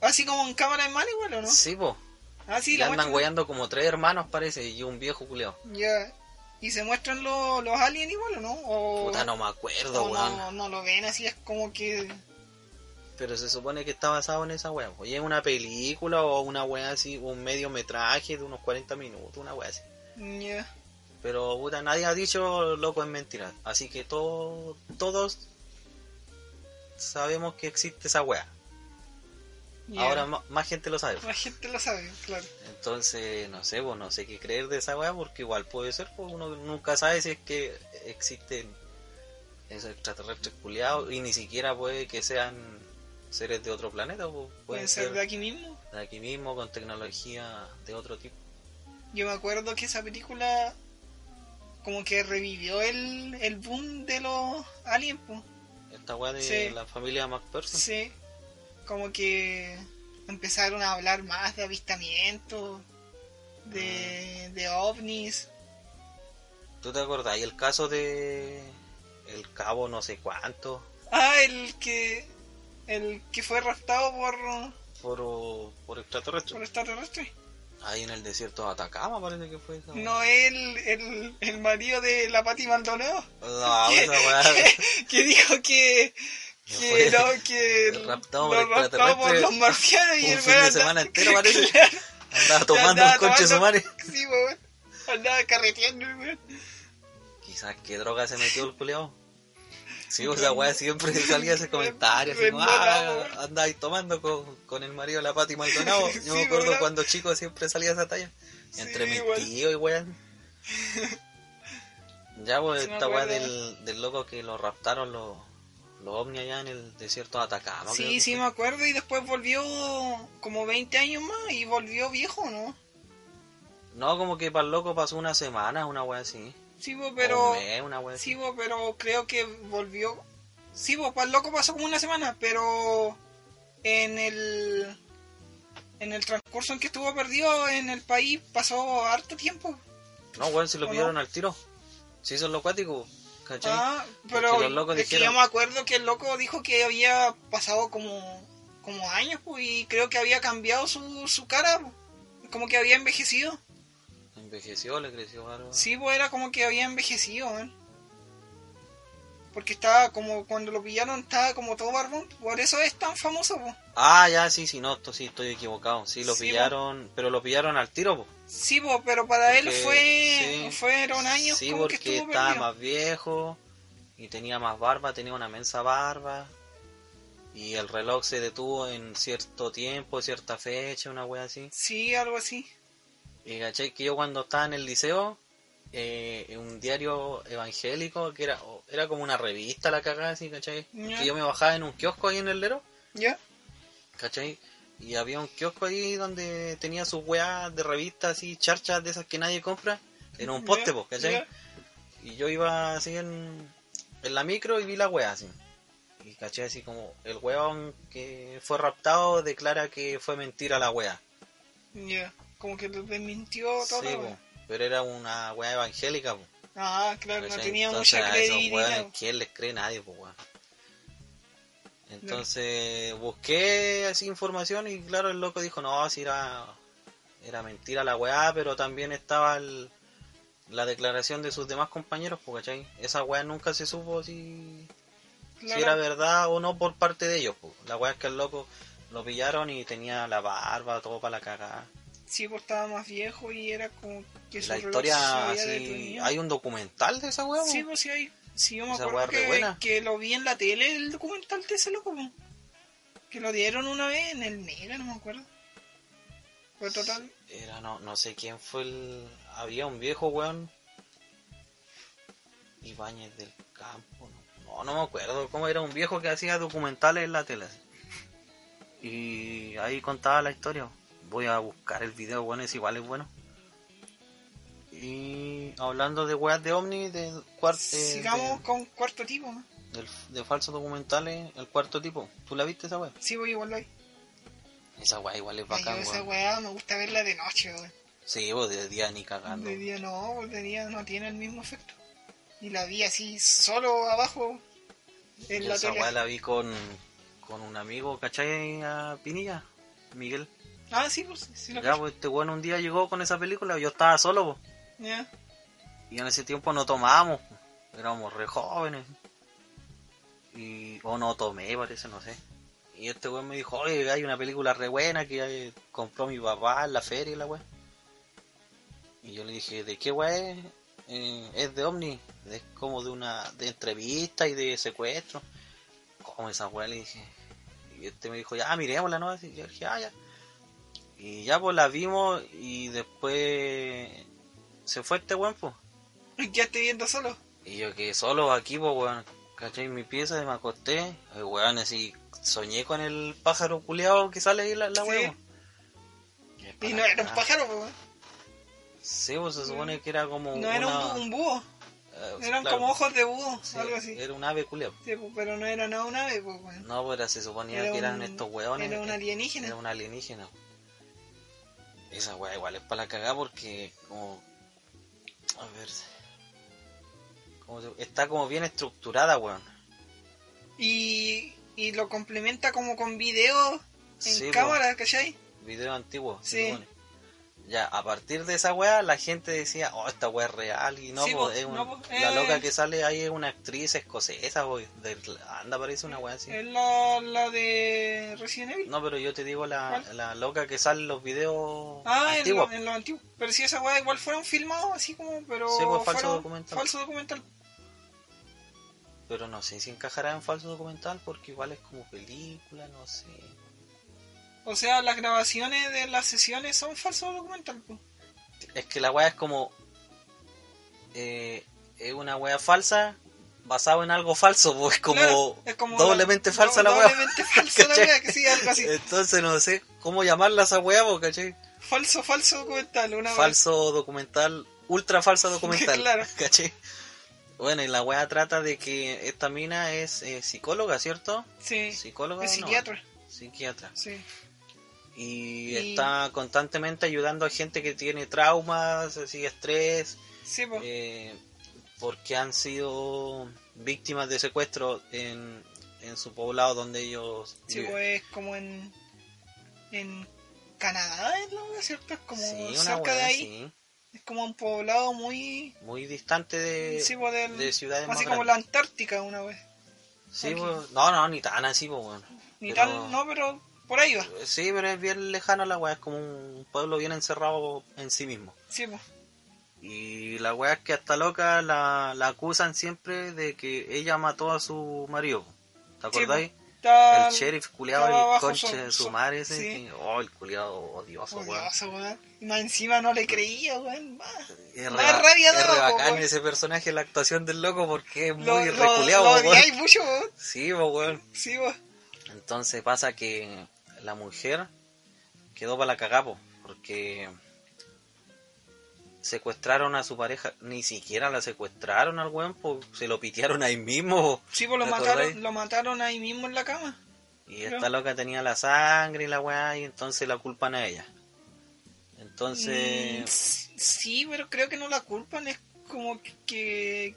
Speaker 1: Así como en cámara en mano igual, ¿o no?
Speaker 2: Sí, pues.
Speaker 1: Ah, sí,
Speaker 2: y
Speaker 1: lo
Speaker 2: andan
Speaker 1: muestran.
Speaker 2: weyando como tres hermanos, parece, y un viejo culeado.
Speaker 1: Ya. ¿Y se muestran lo- los aliens igual o no? O...
Speaker 2: Puta, no me
Speaker 1: o
Speaker 2: acuerdo, weón.
Speaker 1: Oh. no, no lo ven así, es como que...
Speaker 2: Pero se supone que está basado en esa weá. Oye, es una película o una weá así, un mediometraje de unos 40 minutos, una weá así.
Speaker 1: Ya.
Speaker 2: Pero puta, nadie ha dicho loco es mentira. Así que to- todos sabemos que existe esa wea.
Speaker 1: ya.
Speaker 2: Ahora ma- más gente lo sabe.
Speaker 1: La gente lo sabe, claro.
Speaker 2: Entonces, no sé, pues no sé qué creer de esa wea porque igual puede ser, pues uno nunca sabe si es que existen esos extraterrestres culiados y ni siquiera puede que sean seres de otro planeta, pues,
Speaker 1: Pueden
Speaker 2: pueden
Speaker 1: ser de
Speaker 2: ser
Speaker 1: aquí mismo.
Speaker 2: de aquí mismo con tecnología de otro tipo.
Speaker 1: Yo me acuerdo que esa película como que revivió el, el boom de los aliens, po.
Speaker 2: Esta wea de
Speaker 1: Sí.
Speaker 2: la familia McPherson.
Speaker 1: Sí. Como que empezaron a hablar más de avistamientos,
Speaker 2: Ah.
Speaker 1: de, de ovnis.
Speaker 2: ¿Tú te acordás? Y el caso de el cabo no sé cuánto
Speaker 1: Ah, el que el que fue raptado por,
Speaker 2: por, por
Speaker 1: por
Speaker 2: extraterrestre.
Speaker 1: extraterrestre.
Speaker 2: Ahí en el desierto de Atacama parece que fue esa.
Speaker 1: No el, el, el marido de la Pati Maldonado,
Speaker 2: No, esa weá.
Speaker 1: que dijo que que
Speaker 2: Fue
Speaker 1: no, que
Speaker 2: raptado
Speaker 1: lo
Speaker 2: por
Speaker 1: raptado por
Speaker 2: extraterrestres
Speaker 1: los marcianos y
Speaker 2: un
Speaker 1: el
Speaker 2: fin
Speaker 1: weón
Speaker 2: de
Speaker 1: andaba-
Speaker 2: semana entero, parece.
Speaker 1: Claro,
Speaker 2: Andaba tomando
Speaker 1: andaba
Speaker 2: un coche su
Speaker 1: tomando-
Speaker 2: madre.
Speaker 1: Sí, weón. Andaba carreteando, el weón.
Speaker 2: Quizás qué droga se metió el culeado. Sí, o sea, weá, siempre salía ese comentario. Así como,
Speaker 1: Embolado,
Speaker 2: ah,
Speaker 1: weón.
Speaker 2: andaba ahí tomando con, con el marido de la Pati Maldonado. Yo
Speaker 1: Sí,
Speaker 2: me acuerdo
Speaker 1: weón.
Speaker 2: cuando chico siempre salía esa talla.
Speaker 1: Sí,
Speaker 2: Entre mis
Speaker 1: weón.
Speaker 2: tíos y weón. Ya, pues,
Speaker 1: Sí me
Speaker 2: esta weá
Speaker 1: acuerdo.
Speaker 2: del, del loco que lo raptaron los los ovnis allá en el desierto de Atacama. Ah, creo
Speaker 1: Sí,
Speaker 2: que
Speaker 1: sí,
Speaker 2: fue.
Speaker 1: me acuerdo. Y después volvió como 20 años más y volvió viejo, ¿no?
Speaker 2: No, como que para el loco pasó una semana, una weá así.
Speaker 1: Sí, weón, pero.
Speaker 2: Un mes, una weá
Speaker 1: Sí,
Speaker 2: así.
Speaker 1: bo, pero creo que volvió. Sí, bo, pa- loco pasó como una semana, pero en el en el transcurso en que estuvo perdido en el país pasó harto tiempo.
Speaker 2: No, weón, si
Speaker 1: ¿O
Speaker 2: lo
Speaker 1: no?
Speaker 2: pillaron al tiro. Si son los cuáticos, ¿cachai?
Speaker 1: Ah,
Speaker 2: Porque
Speaker 1: pero
Speaker 2: los locos
Speaker 1: es que
Speaker 2: dijeron-
Speaker 1: yo me acuerdo que el loco dijo que había pasado como como años po, y creo que había cambiado su, su cara, po. como que había envejecido.
Speaker 2: Envejeció, le creció algo.
Speaker 1: Sí, pues era como que había envejecido, weón. Porque estaba como, cuando lo pillaron, estaba como todo barbón. Por eso es tan famoso, pues.
Speaker 2: Ah, ya, sí, sí, no, esto sí, estoy equivocado. Sí, lo
Speaker 1: Sí,
Speaker 2: pillaron, pero lo pillaron al tiro, po.
Speaker 1: Sí, po, pero para él
Speaker 2: Porque-
Speaker 1: fue,
Speaker 2: sí.
Speaker 1: fueron años
Speaker 2: Sí,
Speaker 1: como
Speaker 2: porque
Speaker 1: que estuvo
Speaker 2: estaba
Speaker 1: perdido.
Speaker 2: más viejo y tenía más barba, tenía una mensa barba. Y el reloj se detuvo en cierto tiempo, cierta fecha, una wea así.
Speaker 1: Sí, algo así.
Speaker 2: Y caché que yo cuando estaba en el liceo, eh, en un diario evangélico, que era, o- era como una revista la cagada, así, ¿cachai?
Speaker 1: Ya.
Speaker 2: Que yo me bajaba en un kiosco ahí en el Lero,
Speaker 1: ¿Ya?
Speaker 2: ¿cachai? Y había un kiosco ahí donde tenía sus weas de revistas así, charchas de esas que nadie compra. en un poste, pues, ¿cachai? Y yo iba así en, en la micro y vi la wea así. Y caché así como, el weón que fue raptado declara que fue mentira la wea.
Speaker 1: Ya, como que lo desmintió todo.
Speaker 2: Sí, pues. po, pero era una wea evangélica, po,
Speaker 1: Ah, claro, no
Speaker 2: ¿cachai?
Speaker 1: tenía
Speaker 2: Pues Entonces,
Speaker 1: mucha
Speaker 2: a esos
Speaker 1: credibilidad.
Speaker 2: weones, ¿quién les cree? Nadie, pues weón. Entonces busqué así información y claro, el loco dijo, no, si era, era mentira la weá, pero también estaba el- la declaración de sus demás compañeros, po, ¿cachai? Esa weá nunca se supo si si era
Speaker 1: Claro,
Speaker 2: verdad o no por parte de ellos. po. La weá es que el loco lo pillaron y tenía la barba, todo para la cagada.
Speaker 1: sí, pues estaba más viejo y era como que
Speaker 2: Y
Speaker 1: su
Speaker 2: La
Speaker 1: reloj
Speaker 2: historia,
Speaker 1: se había
Speaker 2: así,
Speaker 1: detenido.
Speaker 2: hay un documental de esa weá. po.
Speaker 1: Sí, pues sí hay. Sí, yo me
Speaker 2: Esa
Speaker 1: acuerdo
Speaker 2: weá re
Speaker 1: que,
Speaker 2: buena.
Speaker 1: que lo vi en la tele el documental de ese loco. po. Que lo dieron una vez en el Mega, no me acuerdo. Pero total,
Speaker 2: Era, no, no sé quién fue el... Había un viejo weón. Ibáñez del Campo. No, no, no me acuerdo cómo era un viejo que hacía documentales en la tele. así. Y ahí contaba la historia. Voy a buscar el video, bueno, es igual, es bueno. Y hablando de weas de ovni, de cuar- eh,
Speaker 1: sigamos con cuarto tipo. ¿no?
Speaker 2: de, del- de falsos documentales, el cuarto tipo. ¿Tú la viste esa wea?
Speaker 1: Sí, voy igual hoy.
Speaker 2: Esa wea igual es
Speaker 1: Ay, Ah, yo
Speaker 2: bacán,
Speaker 1: esa
Speaker 2: weón.
Speaker 1: weá me gusta verla de noche, weón.
Speaker 2: Sí, vos de día ni cagando.
Speaker 1: De día no, pues, de día no tiene el mismo efecto. Y la vi así, solo abajo en
Speaker 2: Yo
Speaker 1: la
Speaker 2: esa
Speaker 1: tele.
Speaker 2: weá la vi con, con un amigo, ¿cachai? A Pinilla, Miguel.
Speaker 1: Ah, sí, pues sí lo
Speaker 2: Ya, pues este weón un día llegó con esa película, yo estaba solo, pues. po.
Speaker 1: Ya.
Speaker 2: y en ese tiempo no tomábamos, po. éramos re jóvenes. Y, o no tomé, parece, no sé. Y este weón me dijo, oye, hay una película re buena que eh, compró mi papá en la feria y la weá. Y yo le dije, ¿de qué weá es? Eh, es de ovni, es como de una de entrevista y de secuestro. ¿Cómo esa weá? Le dije. Y este me dijo, ya, miremosla, ¿no? Así, yo dije, ah, ya. Y ya, pues la vimos y después se fue este weón, pues.
Speaker 1: Y Ya estoy viendo solo.
Speaker 2: Y yo quedé solo aquí, pues, weón. ¿Cachai? Mi pieza y me acosté. Ay, weón, así soñé con el pájaro culeado que sale ahí la, la
Speaker 1: Sí.
Speaker 2: weón.
Speaker 1: Y no era un pájaro, pues, weón.
Speaker 2: Sí, pues se supone que era como.
Speaker 1: No era
Speaker 2: una-
Speaker 1: un, un búho.
Speaker 2: eh,
Speaker 1: Eran
Speaker 2: claro,
Speaker 1: como ojos de búho,
Speaker 2: sí, eh.
Speaker 1: algo así.
Speaker 2: Era un ave culeado.
Speaker 1: Sí, pues, pero no era nada un ave, pues, weón.
Speaker 2: No, pero se suponía
Speaker 1: Era
Speaker 2: que eran
Speaker 1: un-
Speaker 2: estos weones.
Speaker 1: era un
Speaker 2: eh,
Speaker 1: alienígena.
Speaker 2: Era un alienígena. Esa weá igual es para la cagada porque como... A ver... como se- está como bien estructurada, weón.
Speaker 1: Y, y lo complementa como con video en
Speaker 2: Sí, pues. po.
Speaker 1: cámara, ¿cachai?
Speaker 2: Video antiguo. se
Speaker 1: Sí.
Speaker 2: supone. Ya, a partir de esa weá la gente decía, oh, esta weá es real y no,
Speaker 1: Sí,
Speaker 2: po,
Speaker 1: po,
Speaker 2: es un-
Speaker 1: no, po,
Speaker 2: la
Speaker 1: eh.
Speaker 2: loca que sale ahí es una actriz escocesa, po, de Irlanda parece una weá así.
Speaker 1: Es la, la de Resident Evil.
Speaker 2: No, pero yo te digo la,
Speaker 1: ¿Cuál?
Speaker 2: la loca que sale en los videos
Speaker 1: Ah, en
Speaker 2: antiguos.
Speaker 1: lo, en lo antiguo. Pero sí, esa weá igual fueron filmados así como, pero.
Speaker 2: Sí, pues, falso
Speaker 1: fueron
Speaker 2: documental.
Speaker 1: Falso documental.
Speaker 2: Pero no sé si encajará en falso documental porque igual es como película, no sé.
Speaker 1: O sea, las grabaciones de las sesiones son falsos documental. pues. po.
Speaker 2: Es que la weá es como... eh, es una weá falsa basado en algo falso, pues como,
Speaker 1: Claro, es como
Speaker 2: doblemente
Speaker 1: la-
Speaker 2: falsa la
Speaker 1: do-
Speaker 2: weá.
Speaker 1: Doblemente falsa la
Speaker 2: ¿Cachai?
Speaker 1: weá, que sí, algo así.
Speaker 2: Entonces no sé cómo llamarla esa weá, po, ¿cachai?
Speaker 1: Falso, falso documental. Una
Speaker 2: Falso documental, ultra falsa documental,
Speaker 1: Claro.
Speaker 2: ¿cachai? Bueno, y la weá trata de que esta mina es eh, psicóloga, ¿cierto?
Speaker 1: weá. Sí.
Speaker 2: Psicóloga.
Speaker 1: Es
Speaker 2: no,
Speaker 1: psiquiatra.
Speaker 2: psiquiatra.
Speaker 1: Sí.
Speaker 2: Y,
Speaker 1: Y-
Speaker 2: está constantemente ayudando a gente que tiene traumas, así estrés,
Speaker 1: Sí, pues.
Speaker 2: eh, porque han sido víctimas de secuestro en, en su poblado donde ellos
Speaker 1: Sí,
Speaker 2: viven.
Speaker 1: pues como en. En Canadá, es la weá, ¿cierto? Es como
Speaker 2: Sí, una
Speaker 1: cerca de
Speaker 2: weá
Speaker 1: ahí.
Speaker 2: así,
Speaker 1: Es como un poblado muy.
Speaker 2: muy distante de,
Speaker 1: sí, pues, del-
Speaker 2: Eh, de ciudades más
Speaker 1: Así como la
Speaker 2: grandes.
Speaker 1: Antártica, una vez.
Speaker 2: Sí,
Speaker 1: aquí.
Speaker 2: pues, no, no, ni tan así, pues, bueno.
Speaker 1: Ni
Speaker 2: Pero-
Speaker 1: tal, no, pero por ahí va.
Speaker 2: Sí, pero es bien lejana la weá, es como un pueblo bien encerrado en sí mismo.
Speaker 1: Sí, pues.
Speaker 2: Y la weá es que hasta loca la, la acusan siempre de que ella mató a su marido. ¿Te
Speaker 1: Sí,
Speaker 2: acordáis?
Speaker 1: Está-
Speaker 2: el sheriff culiado,
Speaker 1: estaba
Speaker 2: el
Speaker 1: bajo
Speaker 2: conche
Speaker 1: su-
Speaker 2: de
Speaker 1: su-
Speaker 2: su madre ese.
Speaker 1: sí.
Speaker 2: que- Oh, el culiado odioso, weón.
Speaker 1: Odioso, weón. Y más encima no le creía, weón. más.
Speaker 2: Es
Speaker 1: Más
Speaker 2: re,
Speaker 1: rabia
Speaker 2: es re
Speaker 1: daba, po,
Speaker 2: bacán
Speaker 1: weón.
Speaker 2: ese personaje, la actuación del loco, porque es
Speaker 1: Lo,
Speaker 2: muy
Speaker 1: lo,
Speaker 2: reculeado,
Speaker 1: lo
Speaker 2: weón.
Speaker 1: odiáis mucho, weón.
Speaker 2: Sí, po, weón.
Speaker 1: Sí, weón.
Speaker 2: Entonces pasa que la mujer quedó para la cagapo, porque secuestraron a su pareja, ni siquiera la secuestraron al weón, po, se lo pitearon ahí mismo.
Speaker 1: Sí, pues lo
Speaker 2: ¿Te acordáis?
Speaker 1: mataron, lo mataron ahí mismo en la cama.
Speaker 2: Y esta loca tenía la sangre y la weá, y entonces la culpan a ella.
Speaker 1: Mm,
Speaker 2: Entonces,
Speaker 1: s- Mm, Sí, pero creo que no la culpan, es como que.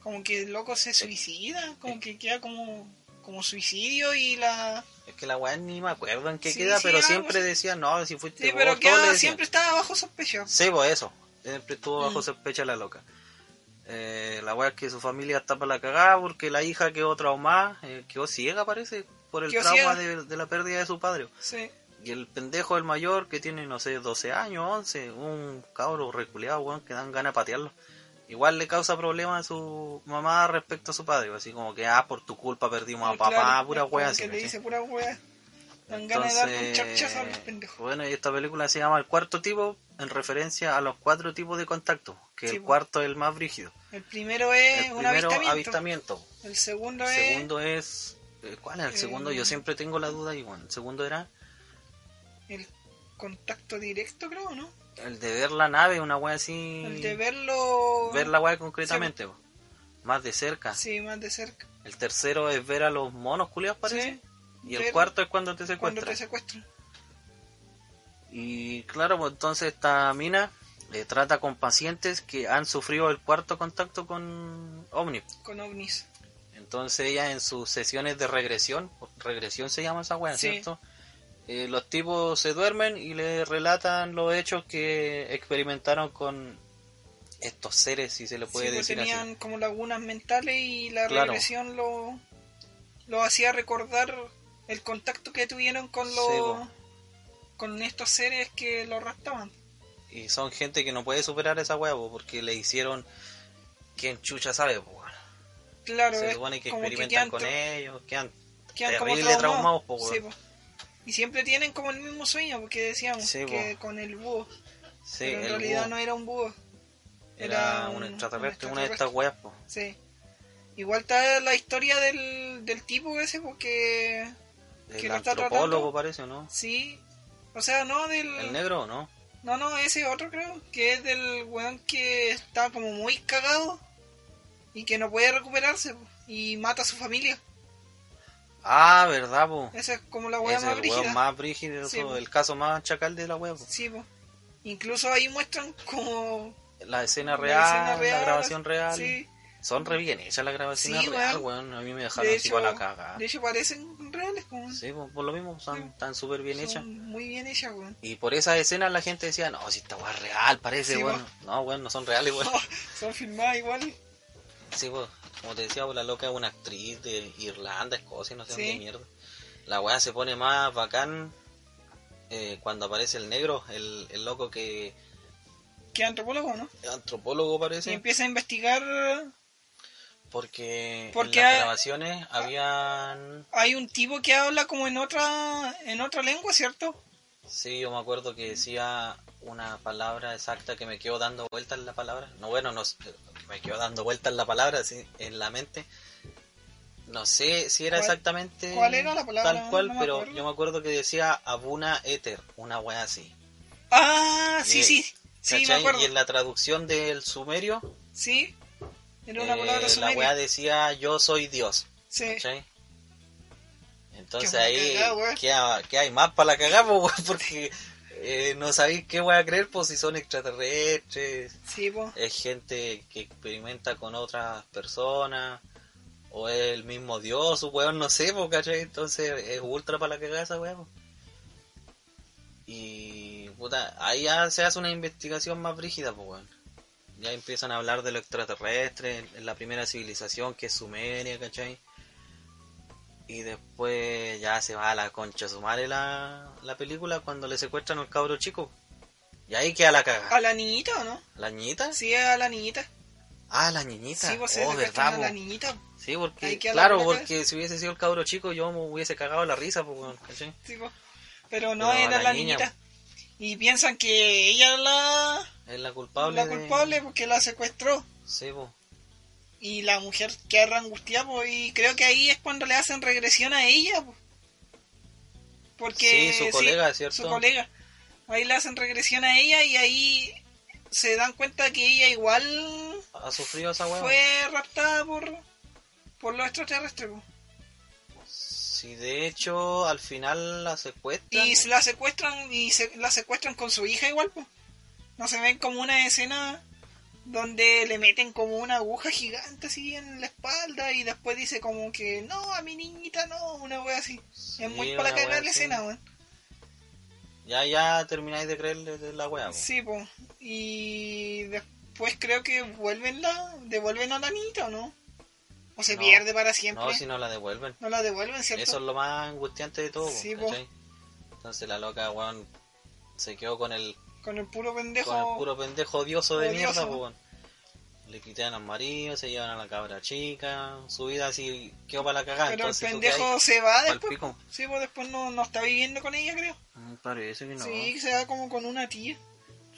Speaker 1: Como que el loco se suicida, como que queda como, como suicidio y la.
Speaker 2: es que la weá ni me acuerdo en qué
Speaker 1: Mm. Sí,
Speaker 2: queda,
Speaker 1: sí,
Speaker 2: pero
Speaker 1: algo
Speaker 2: siempre
Speaker 1: así.
Speaker 2: decía, no, si fuiste
Speaker 1: Sí,
Speaker 2: vos",
Speaker 1: pero
Speaker 2: todos
Speaker 1: queda-
Speaker 2: le decían.
Speaker 1: siempre estaba bajo sospecha.
Speaker 2: Sí, pues eso. Siempre estuvo bajo
Speaker 1: Mm.
Speaker 2: sospecha la loca. Eh, la weá es que su familia está para la cagada porque la hija quedó traumada, eh, quedó ciega parece, por el
Speaker 1: Quedó
Speaker 2: trauma
Speaker 1: ciega.
Speaker 2: de, de la pérdida de su padre.
Speaker 1: Sí.
Speaker 2: Y el pendejo, el mayor, que tiene, no sé, 12 años, 11, un cabro reculeado, weón, que dan ganas de patearlo. Igual le causa problemas a su mamá respecto a su padre, así como que, ah, por tu culpa perdimos a
Speaker 1: Muy
Speaker 2: papá,
Speaker 1: claro,
Speaker 2: pura
Speaker 1: es como
Speaker 2: weá, así.
Speaker 1: Que le
Speaker 2: ¿cachai?
Speaker 1: dice pura wea. Dan ganas de darle un charchazo a los
Speaker 2: Entonces,
Speaker 1: pendejos.
Speaker 2: bueno, y esta película se llama El Cuarto Tipo en referencia a los cuatro tipos de contacto, que
Speaker 1: Sí,
Speaker 2: el
Speaker 1: po.
Speaker 2: cuarto es el más brígido.
Speaker 1: El primero es
Speaker 2: el
Speaker 1: un
Speaker 2: primero,
Speaker 1: avistamiento.
Speaker 2: avistamiento.
Speaker 1: El segundo
Speaker 2: El
Speaker 1: es.
Speaker 2: segundo es... eh, ¿Cuál es el
Speaker 1: Eh,
Speaker 2: segundo? Yo siempre tengo la duda y bueno, el segundo era
Speaker 1: El contacto directo, creo, ¿no?
Speaker 2: el de ver la nave, una wea así...
Speaker 1: El de verlo.
Speaker 2: Mm. ver la weá concretamente, po. más de cerca.
Speaker 1: Sí, más de cerca.
Speaker 2: El tercero es ver a los monos culiados, parece.
Speaker 1: Sí,
Speaker 2: y el
Speaker 1: ver
Speaker 2: cuarto es cuando te
Speaker 1: cuando
Speaker 2: secuestran.
Speaker 1: te secuestran.
Speaker 2: Y claro, pues entonces esta mina le trata con pacientes que han sufrido el cuarto contacto con Omni.
Speaker 1: Con ovnis.
Speaker 2: Entonces ella en sus sesiones de regresión, regresión se llama esa weá,
Speaker 1: Sí.
Speaker 2: ¿cierto? Eh, los tipos se duermen y le relatan los hechos que experimentaron con estos seres, si se le puede
Speaker 1: Sí, pues
Speaker 2: decir
Speaker 1: tenían
Speaker 2: así.
Speaker 1: como lagunas mentales y la
Speaker 2: Claro.
Speaker 1: regresión lo, lo hacía recordar el contacto que tuvieron con los
Speaker 2: Sí, pues. po.
Speaker 1: con estos seres que lo raptaban.
Speaker 2: Y son gente que no puede superar esa weá, po, porque le hicieron... ¿Quién chucha sabe? po, weón?
Speaker 1: Claro,
Speaker 2: se
Speaker 1: es
Speaker 2: supone que
Speaker 1: como
Speaker 2: experimentan
Speaker 1: quedan
Speaker 2: con
Speaker 1: tra-
Speaker 2: ellos, quedan
Speaker 1: quedan como
Speaker 2: terrible
Speaker 1: traumados.
Speaker 2: traumados, pues, po,
Speaker 1: Sí, po. Y siempre tienen como el mismo sueño, porque decíamos
Speaker 2: Sí, pues.
Speaker 1: que con el búho,
Speaker 2: Sí,
Speaker 1: pero en
Speaker 2: el
Speaker 1: realidad
Speaker 2: búho.
Speaker 1: no era un búho.
Speaker 2: Era
Speaker 1: Era
Speaker 2: un
Speaker 1: un-
Speaker 2: extraterrestre,
Speaker 1: un
Speaker 2: una de
Speaker 1: extraterrestre.
Speaker 2: estas weas, po.
Speaker 1: Sí. Igual está la historia del, del tipo ese, porque
Speaker 2: pues, El
Speaker 1: ¿Que lo está tratando?
Speaker 2: antropólogo parece, ¿no?
Speaker 1: sí. O sea, no del.
Speaker 2: El negro, ¿no?
Speaker 1: No, no, ese otro creo que es del weón que está como muy cagado y que no puede recuperarse po, y mata a su familia.
Speaker 2: Ah, verdad, po.
Speaker 1: Esa es como la weá
Speaker 2: Es
Speaker 1: más
Speaker 2: el
Speaker 1: brígida.
Speaker 2: weón más brígido,
Speaker 1: Sí,
Speaker 2: po,
Speaker 1: po.
Speaker 2: el caso más chacal de la wea, po.
Speaker 1: Sí, po. Incluso ahí muestran como
Speaker 2: La escena
Speaker 1: La
Speaker 2: real,
Speaker 1: escena
Speaker 2: la,
Speaker 1: real,
Speaker 2: grabación real.
Speaker 1: sí,
Speaker 2: Son re bien hechas las grabaciones
Speaker 1: Sí,
Speaker 2: real,
Speaker 1: weón.
Speaker 2: weón. A mí me dejaron
Speaker 1: De
Speaker 2: así
Speaker 1: hecho,
Speaker 2: para la caga.
Speaker 1: de hecho parecen reales, po,
Speaker 2: Sí, po, por lo mismo,
Speaker 1: Sí,
Speaker 2: están tan súper bien
Speaker 1: son
Speaker 2: hechas.
Speaker 1: muy bien hechas, weón.
Speaker 2: Y por esas escenas la gente decía, no, si esta wea es real, parece,
Speaker 1: Sí,
Speaker 2: weón.
Speaker 1: po.
Speaker 2: No, weón, no son reales, weón.
Speaker 1: son filmadas igual.
Speaker 2: Sí, pues, como te decía, pues, la loca es una actriz de Irlanda, Escocia, no sé
Speaker 1: Sí.
Speaker 2: dónde mierda. La weá se pone más bacán eh, cuando aparece el negro, el, el loco que
Speaker 1: Que antropólogo, ¿no?
Speaker 2: es antropólogo
Speaker 1: Y
Speaker 2: parece,
Speaker 1: empieza a investigar.
Speaker 2: porque,
Speaker 1: Porque
Speaker 2: en las
Speaker 1: hay-
Speaker 2: grabaciones habían...
Speaker 1: Hay un tipo que habla como en otra en otra lengua, ¿cierto?
Speaker 2: Sí, yo me acuerdo que decía una palabra exacta que me quedó dando vueltas la palabra. No, bueno, no, sé, me quedó dando vueltas la palabra sí, en la mente. No sé si era
Speaker 1: ¿Cuál-
Speaker 2: exactamente
Speaker 1: cuál era la palabra?
Speaker 2: tal cual,
Speaker 1: No me
Speaker 2: pero
Speaker 1: acuerdo.
Speaker 2: yo me acuerdo que decía Abuna Éter, una wea así.
Speaker 1: Ah, sí,
Speaker 2: Y-
Speaker 1: sí. Sí, me
Speaker 2: ¿Cachai?
Speaker 1: acuerdo.
Speaker 2: Y en la traducción del sumerio,
Speaker 1: Sí. Era una
Speaker 2: eh,
Speaker 1: palabra
Speaker 2: la
Speaker 1: sumeria.
Speaker 2: wea decía yo soy Dios.
Speaker 1: Sí.
Speaker 2: ¿cachai? Entonces
Speaker 1: Qué buena
Speaker 2: ahí,
Speaker 1: cagada, weón.
Speaker 2: ¿qué, ha- qué hay más para la cagada, po, weón? Porque eh, no sabéis qué voy a creer, pues si son extraterrestres,
Speaker 1: Sí, po.
Speaker 2: es gente que experimenta con otras personas, o es el mismo Dios, un weón, no sé, po, ¿cachai? Entonces es ultra para la cagada esa weón. Y puta, ahí ya se hace una investigación más brígida, pues weón. Ya empiezan a hablar de lo extraterrestre, en- en la primera civilización que es Sumeria, ¿cachai? Y después ya se va a la concha su madre la, la película cuando le secuestran al cabro chico. Y ahí queda la cagada.
Speaker 1: ¿A la niñita o no?
Speaker 2: ¿La niñita?
Speaker 1: Sí, a la niñita.
Speaker 2: Ah, la niñita.
Speaker 1: Sí, pues se
Speaker 2: oh,
Speaker 1: le
Speaker 2: verdad,
Speaker 1: a
Speaker 2: po.
Speaker 1: la niñita.
Speaker 2: Sí, porque,
Speaker 1: Ahí queda la
Speaker 2: claro,
Speaker 1: placa.
Speaker 2: porque si hubiese sido el cabro chico, yo me hubiese cagado la risa, pues, weón, ¿cachai?
Speaker 1: Sí, po. Pero no
Speaker 2: Pero a
Speaker 1: era
Speaker 2: la
Speaker 1: la
Speaker 2: niña,
Speaker 1: niñita. Y piensan que ella es la,
Speaker 2: Es la culpable.
Speaker 1: la
Speaker 2: de-
Speaker 1: culpable porque la secuestró.
Speaker 2: Sí, pues.
Speaker 1: Y la mujer queda angustiada, po, y creo que ahí es cuando le hacen regresión a ella, po. Porque
Speaker 2: Sí, su colega, ¿cierto?
Speaker 1: Su colega. Ahí le hacen regresión a ella y ahí se dan cuenta que ella igual
Speaker 2: Ha sufrido esa weá.
Speaker 1: fue raptada por, por los extraterrestres. po.
Speaker 2: Si de hecho al final la secuestran.
Speaker 1: Y se la secuestran y se, la secuestran con su hija igual. po. No se ven como una escena donde le meten como una aguja gigante así en la espalda y después dice como que no, a mi niñita no, una wea así.
Speaker 2: Sí,
Speaker 1: es muy
Speaker 2: una
Speaker 1: para
Speaker 2: wea
Speaker 1: cagar la
Speaker 2: así.
Speaker 1: escena, weón.
Speaker 2: Ya, ya termináis de creerle de la weá. po.
Speaker 1: Sí, po. Y después creo que vuelven la, devuelven a la niñita, ¿o no? O se
Speaker 2: No.
Speaker 1: pierde para siempre.
Speaker 2: No, si no la devuelven.
Speaker 1: No la devuelven, ¿cierto?
Speaker 2: Eso es lo más angustiante de todo. po,
Speaker 1: Sí, po.
Speaker 2: ¿cachai? Entonces la loca, weón, se quedó con el,
Speaker 1: Con el puro pendejo.
Speaker 2: con el puro pendejo odioso de
Speaker 1: Odioso.
Speaker 2: mierda, po, weón. Le quitan al marido, se llevan a la cabra chica, su vida así quedó para la cagada.
Speaker 1: Pero el
Speaker 2: Entonces, tú
Speaker 1: pendejo
Speaker 2: quedáis
Speaker 1: se va
Speaker 2: pa'l
Speaker 1: después.
Speaker 2: pico.
Speaker 1: Sí, pues después no, no está viviendo con ella, creo.
Speaker 2: Mm, Parece que no.
Speaker 1: Sí, se va como con una tía.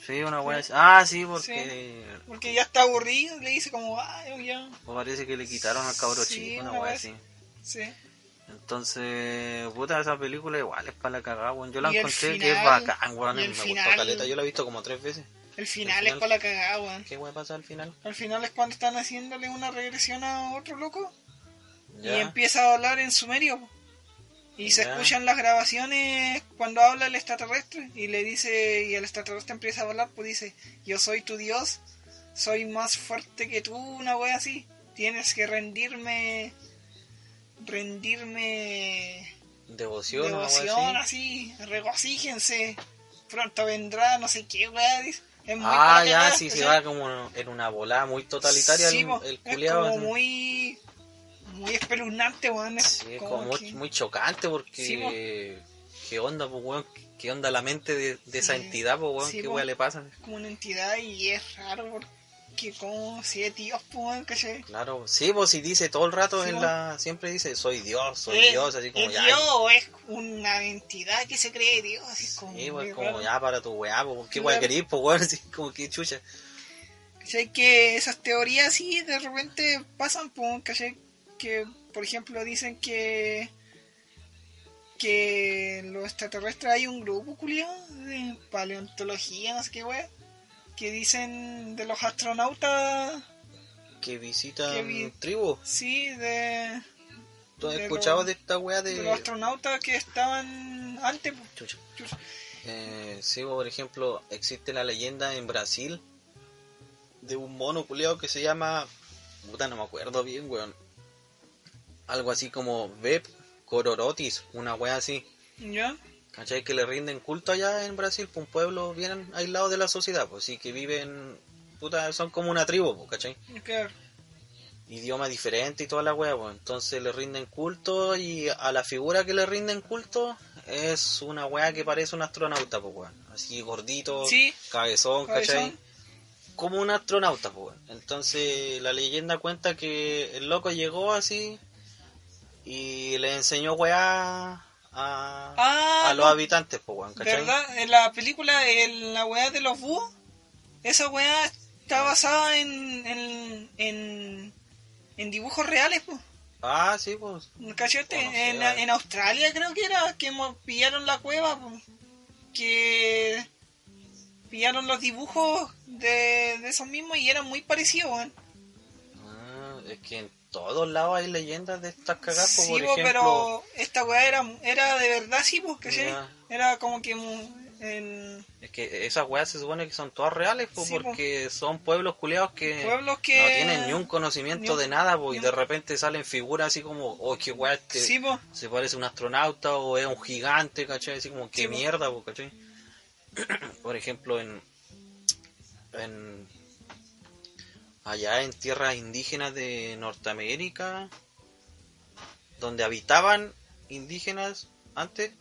Speaker 2: Sí, una weá. Ah, sí, porque pues
Speaker 1: Porque ya está aburrido y le dice como, ay, oh, ya.
Speaker 2: parece que le quitaron al cabro
Speaker 1: Sí,
Speaker 2: chico, una
Speaker 1: una
Speaker 2: weá
Speaker 1: weá
Speaker 2: así.
Speaker 1: Sí.
Speaker 2: Entonces, puta, esa película igual es para la cagada, weón. Yo la
Speaker 1: Y el
Speaker 2: encontré que es
Speaker 1: final-
Speaker 2: bacán, weón.
Speaker 1: y el
Speaker 2: Me
Speaker 1: final-
Speaker 2: gustó caleta, yo la he visto como tres veces.
Speaker 1: El final
Speaker 2: El
Speaker 1: es
Speaker 2: final.
Speaker 1: para la cagada, weón.
Speaker 2: ¿Qué weá pasa al final?
Speaker 1: Al final es cuando están haciéndole una regresión a otro loco.
Speaker 2: Ya.
Speaker 1: y empieza a hablar en sumerio. po. Y se
Speaker 2: Ya.
Speaker 1: escuchan las grabaciones cuando habla el extraterrestre y le dice, y el extraterrestre empieza a hablar, pues dice, yo soy tu dios, soy más fuerte que tú, una wea así, tienes que rendirme, rendirme
Speaker 2: Devoción, una weá
Speaker 1: devoción,
Speaker 2: así.
Speaker 1: así, regocíjense, pronto vendrá, no sé qué wea, dice. Es muy
Speaker 2: Ah,
Speaker 1: para
Speaker 2: ya,
Speaker 1: cagar,
Speaker 2: sí,
Speaker 1: o
Speaker 2: se
Speaker 1: sea,
Speaker 2: va como en una volada muy totalitaria
Speaker 1: sí,
Speaker 2: el,
Speaker 1: po,
Speaker 2: el
Speaker 1: es
Speaker 2: culiao,
Speaker 1: como
Speaker 2: así.
Speaker 1: muy, muy espeluznante, weón. es
Speaker 2: Sí, es como
Speaker 1: como
Speaker 2: muy,
Speaker 1: que-
Speaker 2: muy chocante porque.
Speaker 1: Sí, po.
Speaker 2: ¿Qué onda, pues, weón? ¿Qué onda la mente de, de esa
Speaker 1: Sí.
Speaker 2: entidad, pues, weón?
Speaker 1: Sí,
Speaker 2: ¿Qué
Speaker 1: po.
Speaker 2: weá le pasa?
Speaker 1: como una entidad y es raro porque como si es Dios, pues, weón, ¿cachai?
Speaker 2: Claro, sí, pues si dice todo el rato
Speaker 1: Sí,
Speaker 2: en
Speaker 1: po.
Speaker 2: la siempre dice soy Dios, soy
Speaker 1: Es-
Speaker 2: Dios, así como
Speaker 1: es
Speaker 2: ya.
Speaker 1: Dios o es una entidad que se cree Dios, así como,
Speaker 2: Sí, pues
Speaker 1: muy
Speaker 2: como
Speaker 1: raro.
Speaker 2: ya para tu weá, pues, qué
Speaker 1: Claro.
Speaker 2: weá querís, pues weón, así como que chucha.
Speaker 1: ¿Cachai? Que esas teorías así de repente pasan, pues, ¿cachai? Que, por ejemplo, dicen que que los extraterrestres hay un grupo culiado de paleontología, no sé qué weón, que dicen de los astronautas,
Speaker 2: Que visitan
Speaker 1: Qué vi-
Speaker 2: tribus.
Speaker 1: sí, de,
Speaker 2: ¿Tú has
Speaker 1: de
Speaker 2: escuchado
Speaker 1: los-
Speaker 2: de esta weá de.
Speaker 1: de los astronautas que estaban antes, pues,
Speaker 2: Chucha.
Speaker 1: chucha.
Speaker 2: Eh, sí, pues, por ejemplo, existe la leyenda en Brasil de un mono culeado que se llama. Puta, no me acuerdo bien, weón. Algo así como Beb Cororotis, una weá así.
Speaker 1: ¿Ya?
Speaker 2: ¿Cachai? Que le rinden culto allá en Brasil, pues un pueblo bien aislado de la sociedad, pues sí, que viven, puta, son como una tribu, pues, ¿cachai?
Speaker 1: Claro.
Speaker 2: Idioma diferente y toda la hueá, pues entonces le rinden culto y a la figura que le rinden culto es una weá que parece un astronauta, pues, weón. Así gordito,
Speaker 1: Sí.
Speaker 2: cabezón, ¿cachai?
Speaker 1: Cabezón.
Speaker 2: Como un astronauta, pues, weón. Entonces la leyenda cuenta que el loco llegó así y le enseñó weá a,
Speaker 1: Ah,
Speaker 2: a los
Speaker 1: no.
Speaker 2: habitantes, pues, weón, ¿cachai?
Speaker 1: ¿Verdad? En la película, en la weá de los búhos, esa weá
Speaker 2: Ah.
Speaker 1: está basada en, en, en, en dibujos reales, pues.
Speaker 2: Ah, sí, pues.
Speaker 1: ¿Cachaste?
Speaker 2: Oh, no sé,
Speaker 1: en,
Speaker 2: vale.
Speaker 1: en Australia creo que era, que mo- pillaron la cueva, po. que pillaron los dibujos de, de esos mismos y eran muy parecidos, weón.
Speaker 2: Ah, es que en todos lados hay leyendas de estas cagadas, pues,
Speaker 1: sí,
Speaker 2: por
Speaker 1: po,
Speaker 2: ejemplo.
Speaker 1: pero esta weá era, era de verdad, sí, pues, ¿cachai?
Speaker 2: Ya.
Speaker 1: Era como que... mu- en-
Speaker 2: Es que esas weas se supone que son todas reales, pues,
Speaker 1: Sí, po.
Speaker 2: porque son pueblos culeados que,
Speaker 1: Pueblos que-
Speaker 2: no tienen ni un
Speaker 1: ni
Speaker 2: conocimiento
Speaker 1: un-
Speaker 2: de nada, pues,
Speaker 1: ni
Speaker 2: y
Speaker 1: un-
Speaker 2: de repente salen figuras así como, oh, qué wea este,
Speaker 1: Sí, po.
Speaker 2: se parece a un astronauta o es un gigante, ¿cachai? Así como, qué
Speaker 1: Sí, po.
Speaker 2: mierda, pues, ¿cachai? Por ejemplo, en, en. Allá en tierras indígenas de Norteamérica, donde habitaban indígenas antes,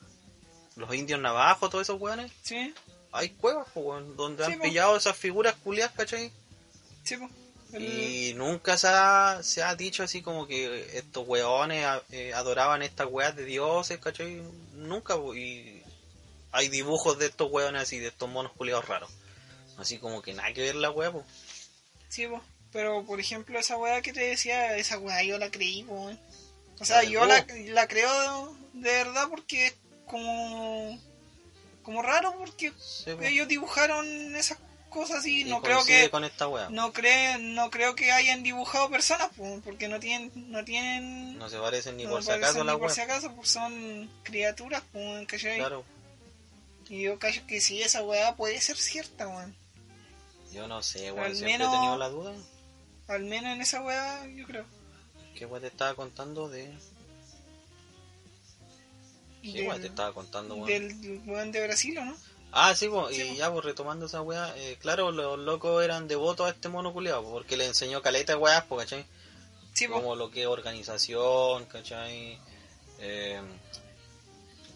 Speaker 2: los indios navajos, todos esos weones
Speaker 1: Sí,
Speaker 2: hay cuevas po, weón, donde
Speaker 1: Sí,
Speaker 2: han
Speaker 1: po.
Speaker 2: pillado esas figuras culias, ¿cachai?
Speaker 1: sí, po. El-
Speaker 2: Y nunca se ha, se ha dicho así como que estos weones a- eh, adoraban estas weas de dioses, ¿cachai? Nunca, po, y hay dibujos de estos weones así, de estos monos culiados raros. Así como que nada que ver la wea, po.
Speaker 1: Sí, po. pero por ejemplo, esa weá que te decía, esa weá yo la creí, po, weón. O sea,
Speaker 2: La del
Speaker 1: yo
Speaker 2: búho.
Speaker 1: la, la creo de verdad porque es como, como raro, porque
Speaker 2: Sí, po.
Speaker 1: ellos dibujaron esas cosas así,
Speaker 2: Y
Speaker 1: no creo
Speaker 2: coincide
Speaker 1: que
Speaker 2: con esta wea. No.
Speaker 1: no cree, no creo que hayan dibujado personas, pues, porque no tienen no tienen
Speaker 2: se parecen ni
Speaker 1: no
Speaker 2: por si
Speaker 1: parecen
Speaker 2: acaso
Speaker 1: ni
Speaker 2: las
Speaker 1: por
Speaker 2: weas.
Speaker 1: si acaso, pues, son criaturas, pues, ¿cachai?
Speaker 2: Claro,
Speaker 1: Y yo cacho que sí, esa weá puede ser cierta, weón.
Speaker 2: yo no sé, weón.
Speaker 1: Al
Speaker 2: Siempre
Speaker 1: menos-
Speaker 2: he tenido la duda.
Speaker 1: Al menos en esa weá, yo creo.
Speaker 2: ¿Qué wea te estaba contando de.?
Speaker 1: Y
Speaker 2: ¿Qué wea
Speaker 1: del-
Speaker 2: te estaba contando, weón?
Speaker 1: Del weón de Brasil, ¿o no?
Speaker 2: Ah, sí, po,
Speaker 1: Sí,
Speaker 2: y
Speaker 1: po.
Speaker 2: ya, pues retomando esa weá, eh, claro, los locos eran devotos a este mono culiao, po, porque le enseñó caleta de weas, po, ¿cachai?
Speaker 1: Sí, pues.
Speaker 2: Como lo que es organización, ¿cachai? Eh,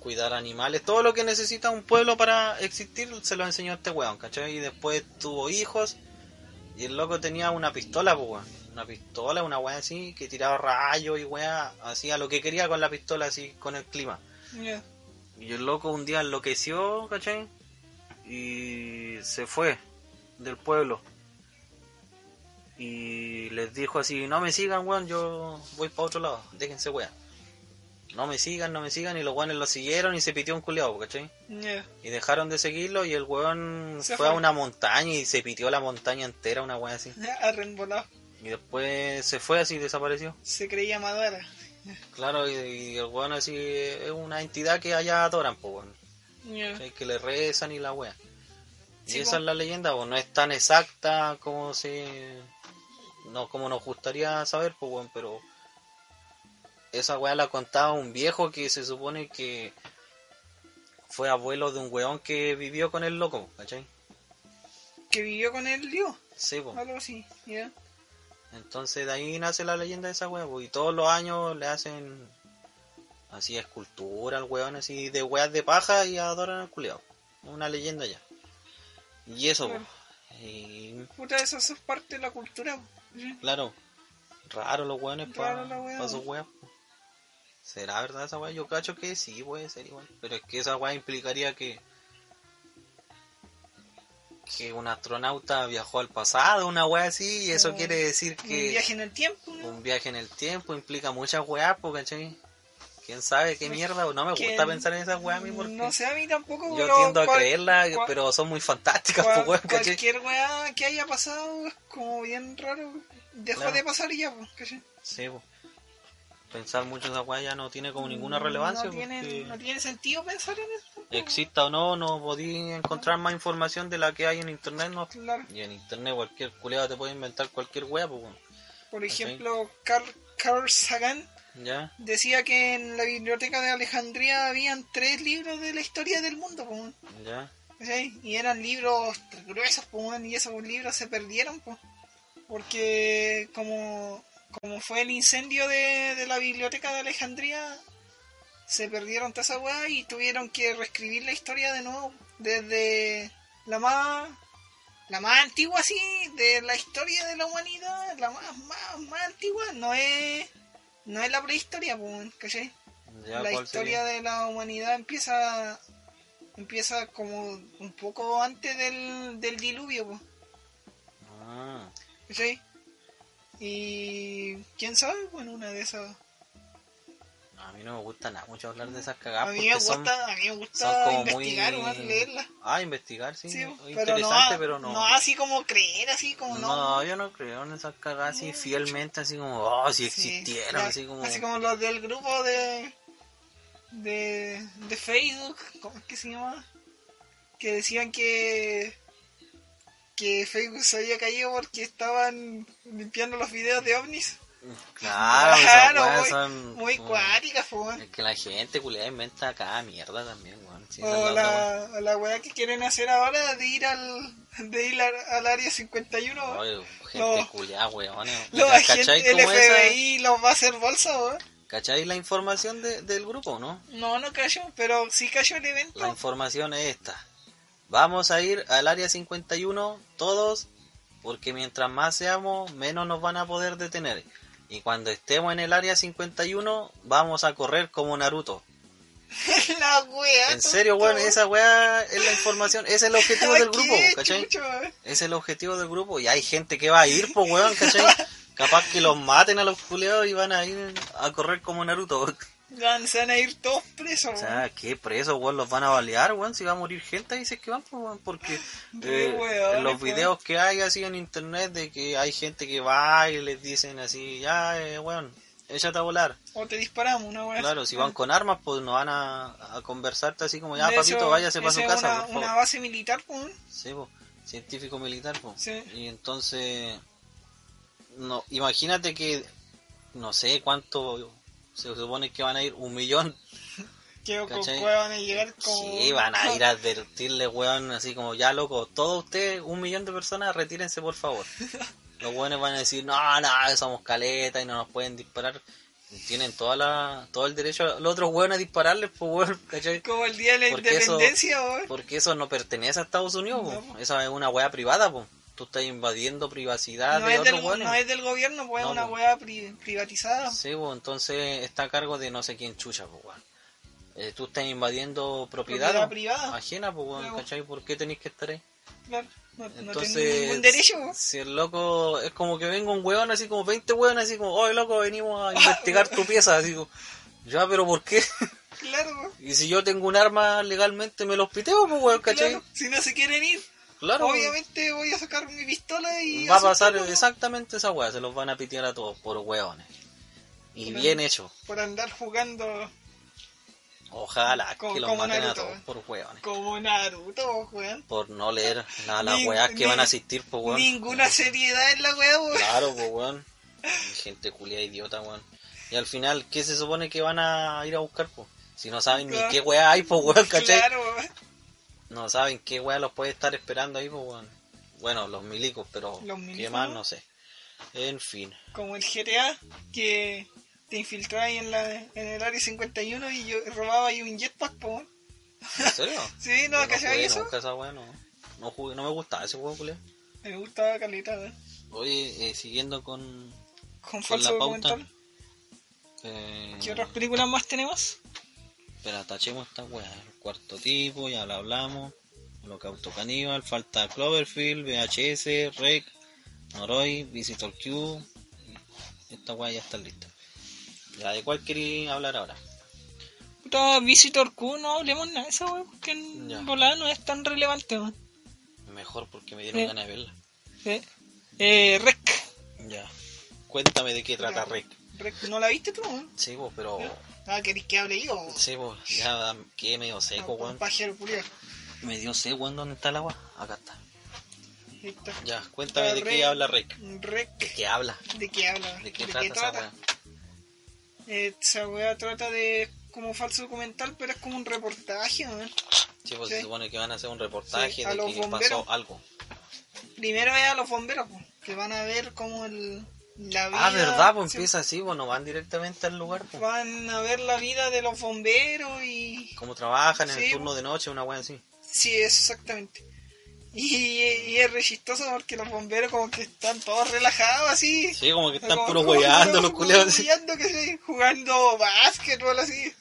Speaker 2: cuidar animales, todo lo que necesita un pueblo para existir se lo enseñó este weón, ¿cachai? Y después tuvo hijos y el loco tenía una pistola, po, weón. Una pistola, una weá así, que tiraba rayos y weá, hacía lo que quería con la pistola, así, con el clima.
Speaker 1: Ya.
Speaker 2: Y el loco un día enloqueció, ¿cachai? Y se fue del pueblo. Y les dijo así, no me sigan, weón, yo voy para otro lado, déjense, weón. No me sigan, no me sigan, y los weones lo siguieron y se pitió un culeado, ¿cachai?
Speaker 1: Ya.
Speaker 2: Y dejaron de seguirlo y el weón
Speaker 1: Se
Speaker 2: fue a
Speaker 1: fue.
Speaker 2: una montaña y se pitió la montaña entera, una weón así.
Speaker 1: Arrembolado.
Speaker 2: Y después se fue así, desapareció.
Speaker 1: Se creía Madara.
Speaker 2: Claro, y, y el weón así eh, es una entidad que allá adoran, pues, weón.
Speaker 1: Ya.
Speaker 2: ¿cachai? que le rezan y la wea.
Speaker 1: Sí,
Speaker 2: y esa
Speaker 1: po.
Speaker 2: es la leyenda, pues no es tan exacta como se no como nos gustaría saber, pues bueno, pero esa wea la contaba un viejo que se supone que fue abuelo de un weón que vivió con el loco, ¿cachai?
Speaker 1: Que vivió con él, digo.
Speaker 2: Sí, po.
Speaker 1: Algo así. Ya.
Speaker 2: Entonces de ahí nace la leyenda de esa wea, po, y todos los años le hacen así escultura al weón, así de weas de paja y adoran al culeado. Una leyenda ya. Y eso, po.
Speaker 1: Claro.
Speaker 2: Y,
Speaker 1: Puta, eso, eso es parte de la cultura. po. Sí.
Speaker 2: claro, raro los weones para
Speaker 1: Raro la wea, pues.
Speaker 2: sus
Speaker 1: po.
Speaker 2: weas. po. ¿Será verdad esa wea? Yo cacho que sí, puede ser igual. Pero es que esa wea implicaría que. Que un astronauta viajó al pasado, una wea así, y eso
Speaker 1: Mm.
Speaker 2: quiere decir
Speaker 1: Un
Speaker 2: que
Speaker 1: viaje en el tiempo, ¿no?
Speaker 2: un viaje en el tiempo implica muchas weas, po, ¿cachai? ¿Quién sabe qué mierda? No me
Speaker 1: Que
Speaker 2: gusta pensar en esas weas a mí porque
Speaker 1: No sé, a mí tampoco,
Speaker 2: yo
Speaker 1: pero
Speaker 2: tiendo a
Speaker 1: cual-
Speaker 2: creerlas,
Speaker 1: cual-
Speaker 2: pero son muy fantásticas,
Speaker 1: cual-
Speaker 2: po, weón, ¿cachai?
Speaker 1: cualquier weá que haya pasado es como bien raro. Dejó
Speaker 2: Claro.
Speaker 1: de pasar y ya, pues, ¿cachai?
Speaker 2: Sí, po. Pensar mucho en esas weas ya no tiene como ninguna relevancia.
Speaker 1: Mm,
Speaker 2: pues,
Speaker 1: No tiene,
Speaker 2: porque
Speaker 1: no tiene sentido pensar en eso. tampoco.
Speaker 2: Exista o no, no podí encontrar más información de la que hay en internet, ¿no?
Speaker 1: Claro.
Speaker 2: Y en internet cualquier culeado te puede inventar cualquier wea, pues,
Speaker 1: Por
Speaker 2: ¿Cachai?
Speaker 1: ejemplo, Carl, Carl Sagan
Speaker 2: ¿ya?
Speaker 1: decía que en la biblioteca de Alejandría habían tres libros de la historia del mundo, pues,
Speaker 2: ¿Ya?
Speaker 1: ¿cachai? Y eran libros gruesos, pues, weón, y esos libros se perdieron, pues. Porque como, como fue el incendio de, de la biblioteca de Alejandría, se perdieron toda esa weá y tuvieron que reescribir la historia de nuevo, desde la más... La más antigua, sí, de la historia de la humanidad, la más, más, más antigua, no es, no es la prehistoria, pues, weón, ¿cachai?
Speaker 2: ¿Ya
Speaker 1: la
Speaker 2: cuál
Speaker 1: historia
Speaker 2: sería?
Speaker 1: de la humanidad empieza empieza como un poco antes del, del diluvio po,
Speaker 2: Ah,
Speaker 1: ¿cachai? y quién sabe bueno una de esas
Speaker 2: a mí no me gusta nada mucho hablar de esas
Speaker 1: a
Speaker 2: cagadas
Speaker 1: mí me
Speaker 2: Ah, porque
Speaker 1: gusta
Speaker 2: son
Speaker 1: a mí me
Speaker 2: son
Speaker 1: gusta
Speaker 2: como
Speaker 1: investigar
Speaker 2: muy-
Speaker 1: más leerla
Speaker 2: Ah, investigar, sí.
Speaker 1: sí, po, pero no,
Speaker 2: interesante,
Speaker 1: a-
Speaker 2: pero no.
Speaker 1: no así como creer así como no,
Speaker 2: No, yo no creo en esas cagadas así fielmente, así como, oh, si
Speaker 1: Sí,
Speaker 2: existieron,
Speaker 1: la-
Speaker 2: así como.
Speaker 1: los del grupo de de, de Facebook ¿cómo es que se llama? que decían que que Facebook se había caído porque estaban limpiando los videos de ovnis
Speaker 2: Claro, esas
Speaker 1: Claro,
Speaker 2: weas
Speaker 1: muy-
Speaker 2: son.
Speaker 1: muy
Speaker 2: como-
Speaker 1: cuáticas po, weón.
Speaker 2: Es que la gente culiada inventa cada mierda también, weón. Sí, esa es
Speaker 1: o
Speaker 2: la otra, weón.
Speaker 1: la, o la weá que quieren hacer ahora de ir al de ir al, al área 51 weón.
Speaker 2: Oye, gente
Speaker 1: Los-
Speaker 2: culiada, weón.
Speaker 1: los agentes del
Speaker 2: cómo esa?
Speaker 1: FBI los va a hacer bolsa weón.
Speaker 2: ¿Cachai la información de- del grupo, no?
Speaker 1: no no cayó pero sí cayó el evento
Speaker 2: La información es esta. Vamos a ir al área 51 todos porque mientras más seamos, menos nos van a poder detener. Y cuando estemos en el área 51, vamos a correr como Naruto.
Speaker 1: la weá
Speaker 2: En serio,
Speaker 1: tonta,
Speaker 2: weón, esa weá es la información, ese es el objetivo
Speaker 1: Ay,
Speaker 2: del grupo,
Speaker 1: qué
Speaker 2: ¿cachai?
Speaker 1: chucho, weón.
Speaker 2: Ese es el objetivo del grupo y hay gente que va a ir, pues weón, ¿cachai? Capaz que los maten a los culeados y van a ir a correr como Naruto.
Speaker 1: Van, se van a ir todos presos,
Speaker 2: O
Speaker 1: weón.
Speaker 2: sea, ¿qué presos, weón? ¿Los van a balear, weón? Si va a morir gente, ahí dices que van, pues, weón, porque
Speaker 1: Re
Speaker 2: eh,
Speaker 1: weones,
Speaker 2: en los
Speaker 1: weón.
Speaker 2: videos que hay así en internet de que hay gente que va y les dicen así, ya, eh, weón, échate a volar.
Speaker 1: O te disparamos, una weá.
Speaker 2: Claro, si van con armas, pues no van a, a conversarte así como, ya,
Speaker 1: De
Speaker 2: papito,
Speaker 1: hecho,
Speaker 2: váyase para su
Speaker 1: esa es
Speaker 2: casa,
Speaker 1: una,
Speaker 2: por favor.
Speaker 1: una base militar, weón.
Speaker 2: Sí, po, científico militar, po.
Speaker 1: Sí.
Speaker 2: Y entonces, no, imagínate que, no sé cuánto se supone que van a ir, un millón.
Speaker 1: Que con
Speaker 2: ¿Cachai?
Speaker 1: cueva van a llegar como...
Speaker 2: Sí, van a ir a advertirle, weón, así como, ya loco, todos ustedes, un millón de personas, retírense por favor. Los weones van a decir, no, no, somos caletas y no nos pueden disparar. Tienen toda la, todo el derecho a- los otros weones a dispararles, pues weón, ¿cachai?
Speaker 1: Como el día de la
Speaker 2: Porque eso-
Speaker 1: independencia, weón.
Speaker 2: Porque eso no pertenece a Estados Unidos, po.
Speaker 1: No, po.
Speaker 2: esa es una weá privada, po. tú estás invadiendo privacidad
Speaker 1: No
Speaker 2: de
Speaker 1: es, del,
Speaker 2: otros weones.
Speaker 1: no es del gobierno, pues
Speaker 2: No,
Speaker 1: es una
Speaker 2: po.
Speaker 1: weá pri- privatizada.
Speaker 2: Sí, po, entonces está a cargo de no sé quién chucha, po, weón. Eh, tú estás invadiendo propiedad,
Speaker 1: Propiedad
Speaker 2: po,
Speaker 1: privada.
Speaker 2: ajena, po, weón,
Speaker 1: Claro.
Speaker 2: ¿cachai? ¿Por qué tenéis que estar ahí?
Speaker 1: Claro, no, no tienen
Speaker 2: Entonces,
Speaker 1: ningún derecho, weón.
Speaker 2: si el loco es como que venga un weón, así como 20 weones, así como, oye loco, venimos a investigar tu pieza, así como, ya, pero ¿por qué?
Speaker 1: Claro, weón.
Speaker 2: y si yo tengo un arma legalmente, me los piteo, pues, weón, ¿cachai?
Speaker 1: Claro, si no se quieren ir,
Speaker 2: Claro, po.
Speaker 1: obviamente voy a sacar mi pistola y...
Speaker 2: va a pasar
Speaker 1: asustarlos, weón,
Speaker 2: exactamente esa weá, se los van a pitear a todos por weones. Y
Speaker 1: Claro.
Speaker 2: bien hecho.
Speaker 1: Por andar jugando
Speaker 2: Ojalá
Speaker 1: Como-
Speaker 2: que los
Speaker 1: como
Speaker 2: maten a
Speaker 1: Naruto,
Speaker 2: todos
Speaker 1: eh.
Speaker 2: por weones.
Speaker 1: como Naruto, weón.
Speaker 2: Por no leer nada de las
Speaker 1: Ni-
Speaker 2: weas que
Speaker 1: ni-
Speaker 2: van a asistir, pues weón.
Speaker 1: Ninguna seriedad en la weá, weón.
Speaker 2: Claro, pues weón. Hay Gente culia idiota, weón. Y al final, ¿qué se supone que van a ir a buscar, pues? Si no saben
Speaker 1: Claro.
Speaker 2: ni qué wea hay, pues weón, ¿cachai?
Speaker 1: Claro, weón.
Speaker 2: No saben qué wea los puede estar esperando ahí, pues weón. Bueno, los milicos, pero
Speaker 1: Los
Speaker 2: qué
Speaker 1: milicos,
Speaker 2: más,
Speaker 1: ¿no?
Speaker 2: no sé. En fin.
Speaker 1: como el GTA, que te infiltrabas en, la, en el área 51 y yo robaba ahí un jetpack, po. weón.
Speaker 2: ¿En serio?
Speaker 1: Sí, no,
Speaker 2: Yo
Speaker 1: ¿cachai
Speaker 2: jugué
Speaker 1: eso?
Speaker 2: nunca esa wea, no. No, jugué, no me gustaba ese juego, culia.
Speaker 1: Me gustaba caleta, weón.
Speaker 2: Oye, eh, siguiendo con
Speaker 1: Con
Speaker 2: Con
Speaker 1: falso
Speaker 2: la pauta.
Speaker 1: documental.
Speaker 2: eh,
Speaker 1: ¿Qué otras películas más tenemos?
Speaker 2: Espera, tachemos esta weá. El cuarto tipo, ya la hablamos. Holocausto Caníbal, falta Cloverfield, VHS, Rec, Noroi, Visitor Q. Esta weá ya está lista. Ya, ¿de cuál quería hablar ahora?
Speaker 1: Puta, Visitor Q, no hablemos nada de esa, weón, porque
Speaker 2: Ya.
Speaker 1: en volada no es tan relevante, weón.
Speaker 2: Mejor porque me dieron
Speaker 1: Eh.
Speaker 2: ganas de verla.
Speaker 1: Sí. Eh, Rec.
Speaker 2: Ya. Cuéntame de qué
Speaker 1: Ya.
Speaker 2: trata Rec.
Speaker 1: Rec, ¿no la viste tú, weón?
Speaker 2: Sí, vos, pero.
Speaker 1: Ah, querés que hable yo, weón.
Speaker 2: Sí, vos, ya quedé medio
Speaker 1: Ah,
Speaker 2: seco,
Speaker 1: un
Speaker 2: weón.
Speaker 1: pajero culiao.
Speaker 2: Me dio seco, weón, ¿dónde está el agua? Acá está.
Speaker 1: Ahí está.
Speaker 2: Ya, cuéntame de qué
Speaker 1: Rec.
Speaker 2: habla Rec. ¿De
Speaker 1: Rec.
Speaker 2: qué habla?
Speaker 1: ¿De qué habla?
Speaker 2: ¿De qué trata esa weá?
Speaker 1: Eh, Esa weá trata de como falso documental, pero es como un reportaje, weón.
Speaker 2: Sí, pues
Speaker 1: Sí.
Speaker 2: se supone que van a hacer un reportaje
Speaker 1: Sí, a
Speaker 2: de
Speaker 1: los
Speaker 2: que
Speaker 1: bomberos.
Speaker 2: pasó algo.
Speaker 1: Primero es a los bomberos, po, que van a ver como el, la vida.
Speaker 2: Ah, ¿verdad? Pues
Speaker 1: sí,
Speaker 2: empieza así, pues no van directamente al lugar. Pues.
Speaker 1: Van a ver la vida de los bomberos y.
Speaker 2: Como trabajan en el
Speaker 1: Sí, pues.
Speaker 2: turno de noche, una wea así.
Speaker 1: Sí, eso exactamente. Y, y es re chistoso porque los bomberos, como que están todos relajados así.
Speaker 2: Sí, como que están
Speaker 1: Como-
Speaker 2: puro
Speaker 1: como-
Speaker 2: hueveando
Speaker 1: como-
Speaker 2: los
Speaker 1: como
Speaker 2: culeados. así.
Speaker 1: hueveando, que sí, jugando básquetbol así.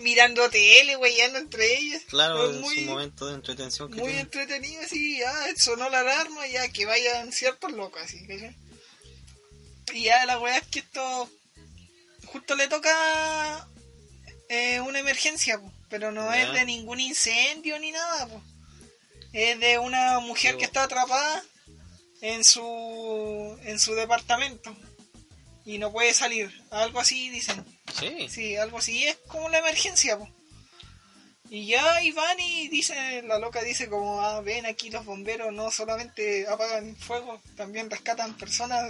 Speaker 1: Mirando tele, hueveando entre ellas.
Speaker 2: Claro,
Speaker 1: Es
Speaker 2: es
Speaker 1: muy,
Speaker 2: un momento de entretención que
Speaker 1: muy
Speaker 2: tienen.
Speaker 1: entretenido así. Ya sonó la alarma, ya que vayan ciertos locos así. ¿cachai? Y ya la weá es que esto justo le toca eh, una emergencia, po, pero no
Speaker 2: Ya.
Speaker 1: es de ningún incendio ni nada. po. Es de una mujer
Speaker 2: Sí,
Speaker 1: que
Speaker 2: po.
Speaker 1: está atrapada en su, en su departamento y no puede salir. Algo así dicen.
Speaker 2: Sí,
Speaker 1: Sí, algo así. Es como la emergencia, po. Y ya y van y dice, la loca dice como, ah, ven aquí los bomberos, no solamente apagan fuego, también rescatan personas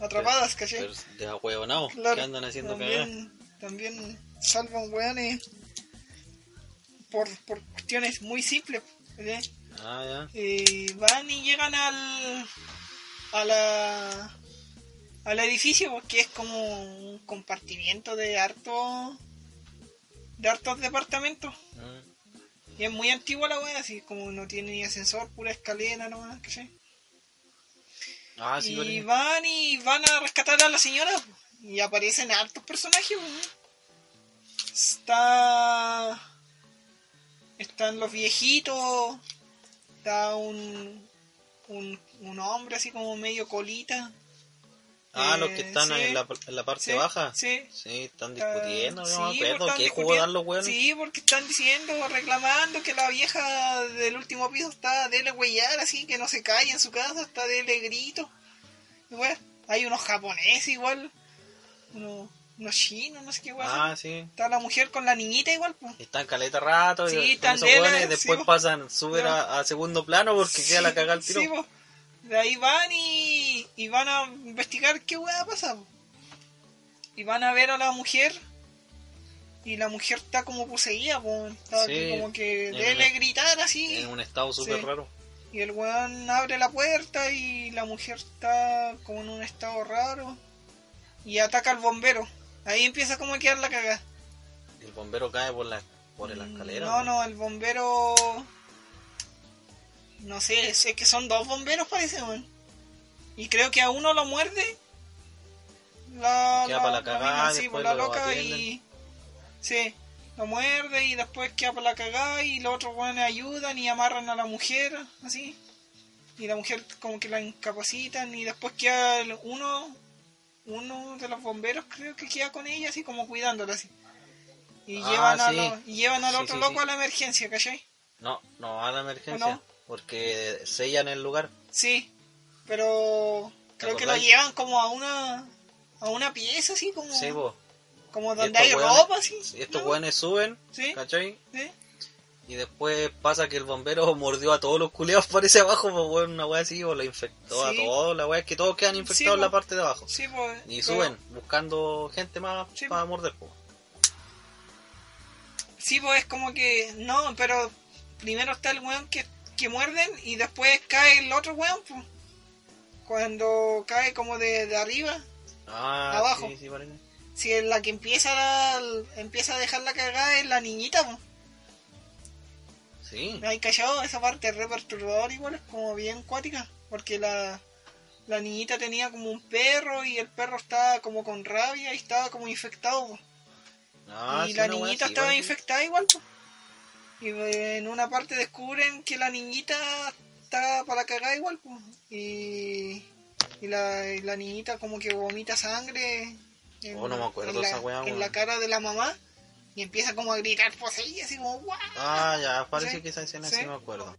Speaker 1: atrapadas, ¿cachai?
Speaker 2: pero de ahueonao,
Speaker 1: Claro,
Speaker 2: que andan haciendo cagadas.
Speaker 1: también, también salvan weones por, por cuestiones muy simples. ¿cachai?
Speaker 2: Ah, ya.
Speaker 1: Eh, van y llegan al a la al edificio porque es como un compartimiento de harto de hartos departamentos
Speaker 2: Mm.
Speaker 1: y es muy antigua la wea así como no tiene ni ascensor pura escalera nomás ¿cachai?
Speaker 2: Ah, sí,
Speaker 1: y
Speaker 2: vale.
Speaker 1: van y van a rescatar a la señora po. y aparecen hartos personajes weón. está están los viejitos está un, un un hombre así como medio colita
Speaker 2: Ah,
Speaker 1: Eh,
Speaker 2: los que están
Speaker 1: sí.
Speaker 2: en, la, en la parte
Speaker 1: Sí,
Speaker 2: baja.
Speaker 1: Sí.
Speaker 2: Sí, están
Speaker 1: Ah,
Speaker 2: discutiendo,
Speaker 1: sí,
Speaker 2: no me acuerdo.
Speaker 1: pues, están
Speaker 2: ¿Qué juego dan
Speaker 1: discutiendo-
Speaker 2: los weones?
Speaker 1: Sí, porque están diciendo, reclamando que la vieja del último piso está dele huellar, así que no se calla en su casa, está dele grito. Y, weón, hay unos japoneses igual, unos, unos chinos, no sé qué weón.
Speaker 2: ah, sí.
Speaker 1: Está la mujer con la niñita igual, pues.
Speaker 2: Están caleta rato
Speaker 1: Sí,
Speaker 2: y
Speaker 1: están
Speaker 2: están esos
Speaker 1: de la-
Speaker 2: weones,
Speaker 1: sí,
Speaker 2: después
Speaker 1: po.
Speaker 2: pasan, suben a, a segundo plano porque queda la cagada al tiro.
Speaker 1: Sí, po. De ahí van y, y van a investigar qué hueá pasa. po. Y van a ver a la mujer. Y la mujer está como poseída, po, está
Speaker 2: Sí,
Speaker 1: que como que
Speaker 2: en
Speaker 1: dele
Speaker 2: una-
Speaker 1: gritar así.
Speaker 2: en un estado súper
Speaker 1: Sí.
Speaker 2: raro.
Speaker 1: Y el weón abre la puerta y la mujer está como en un estado raro. Y ataca al bombero. Ahí empieza como a quedar la cagada.
Speaker 2: El bombero cae por la, por la escalera.
Speaker 1: Mm, No, no, el bombero. No sé, es que son dos bomberos, parece, weón. Y creo que a uno lo muerde. La.
Speaker 2: Queda pa' la cagá,
Speaker 1: mina, sí,
Speaker 2: después
Speaker 1: pues, la
Speaker 2: lo
Speaker 1: loca y.
Speaker 2: atienden.
Speaker 1: Sí, lo muerde y después queda para la cagada y los otros weones ayudan y amarran a la mujer, así. Y la mujer como que la incapacitan y después queda el- uno. Uno de los bomberos creo que queda con ella, así como cuidándola, así. Y,
Speaker 2: Ah,
Speaker 1: llevan, a
Speaker 2: sí.
Speaker 1: lo- y llevan al
Speaker 2: Sí,
Speaker 1: otro
Speaker 2: sí,
Speaker 1: loco
Speaker 2: sí.
Speaker 1: a la emergencia, ¿cachai?
Speaker 2: No, no va a la emergencia.
Speaker 1: ¿O no?
Speaker 2: Porque sellan el lugar.
Speaker 1: Sí, pero
Speaker 2: ¿Te
Speaker 1: creo que lo
Speaker 2: acordáis?
Speaker 1: llevan como a una a una pieza así como
Speaker 2: Sí, po.
Speaker 1: como
Speaker 2: Y
Speaker 1: donde
Speaker 2: estos
Speaker 1: hay
Speaker 2: weones-
Speaker 1: ropa así.
Speaker 2: y Estos
Speaker 1: ¿no?
Speaker 2: weones suben,
Speaker 1: Sí,
Speaker 2: ¿cachai?
Speaker 1: sí.
Speaker 2: Y después pasa que el bombero mordió a todos los culeados, parece abajo, pues weón, una weá así, o la infectó
Speaker 1: Sí.
Speaker 2: a todos, la weá es que todos quedan infectados
Speaker 1: Sí, po.
Speaker 2: en la parte de abajo.
Speaker 1: Sí, pues, pero-
Speaker 2: Y suben, buscando gente más
Speaker 1: Sí,
Speaker 2: para morder, po.
Speaker 1: Sí, pues es como que no, pero primero está el weón que, que muerden y después cae el otro weón, pues. Cuando cae como de, de arriba,
Speaker 2: Ah,
Speaker 1: Abajo.
Speaker 2: sí, sí, parece.
Speaker 1: si es la que empieza la- empieza a dejar la cagada es la niñita, pues.
Speaker 2: Sí,
Speaker 1: Me hay callado, esa parte es re perturbadora igual, es como bien cuática, porque la, la niñita tenía como un perro y el perro estaba como con rabia y estaba como infectado. po.
Speaker 2: Ah,
Speaker 1: y
Speaker 2: sí,
Speaker 1: la
Speaker 2: una weá
Speaker 1: niñita
Speaker 2: así,
Speaker 1: estaba
Speaker 2: parece.
Speaker 1: infectada igual. po. Y eh, en una parte descubren que la niñita está para cagar igual. po. Y, y la, y la niñita como que vomita sangre en,
Speaker 2: Oh, no me acuerdo
Speaker 1: en la,
Speaker 2: esa weá,
Speaker 1: en
Speaker 2: weón.
Speaker 1: la cara de la mamá y empieza como a gritar poseída, así como ¡guau!
Speaker 2: Ah, ya, parece
Speaker 1: Sí,
Speaker 2: que esa escena
Speaker 1: sí.
Speaker 2: sí me acuerdo.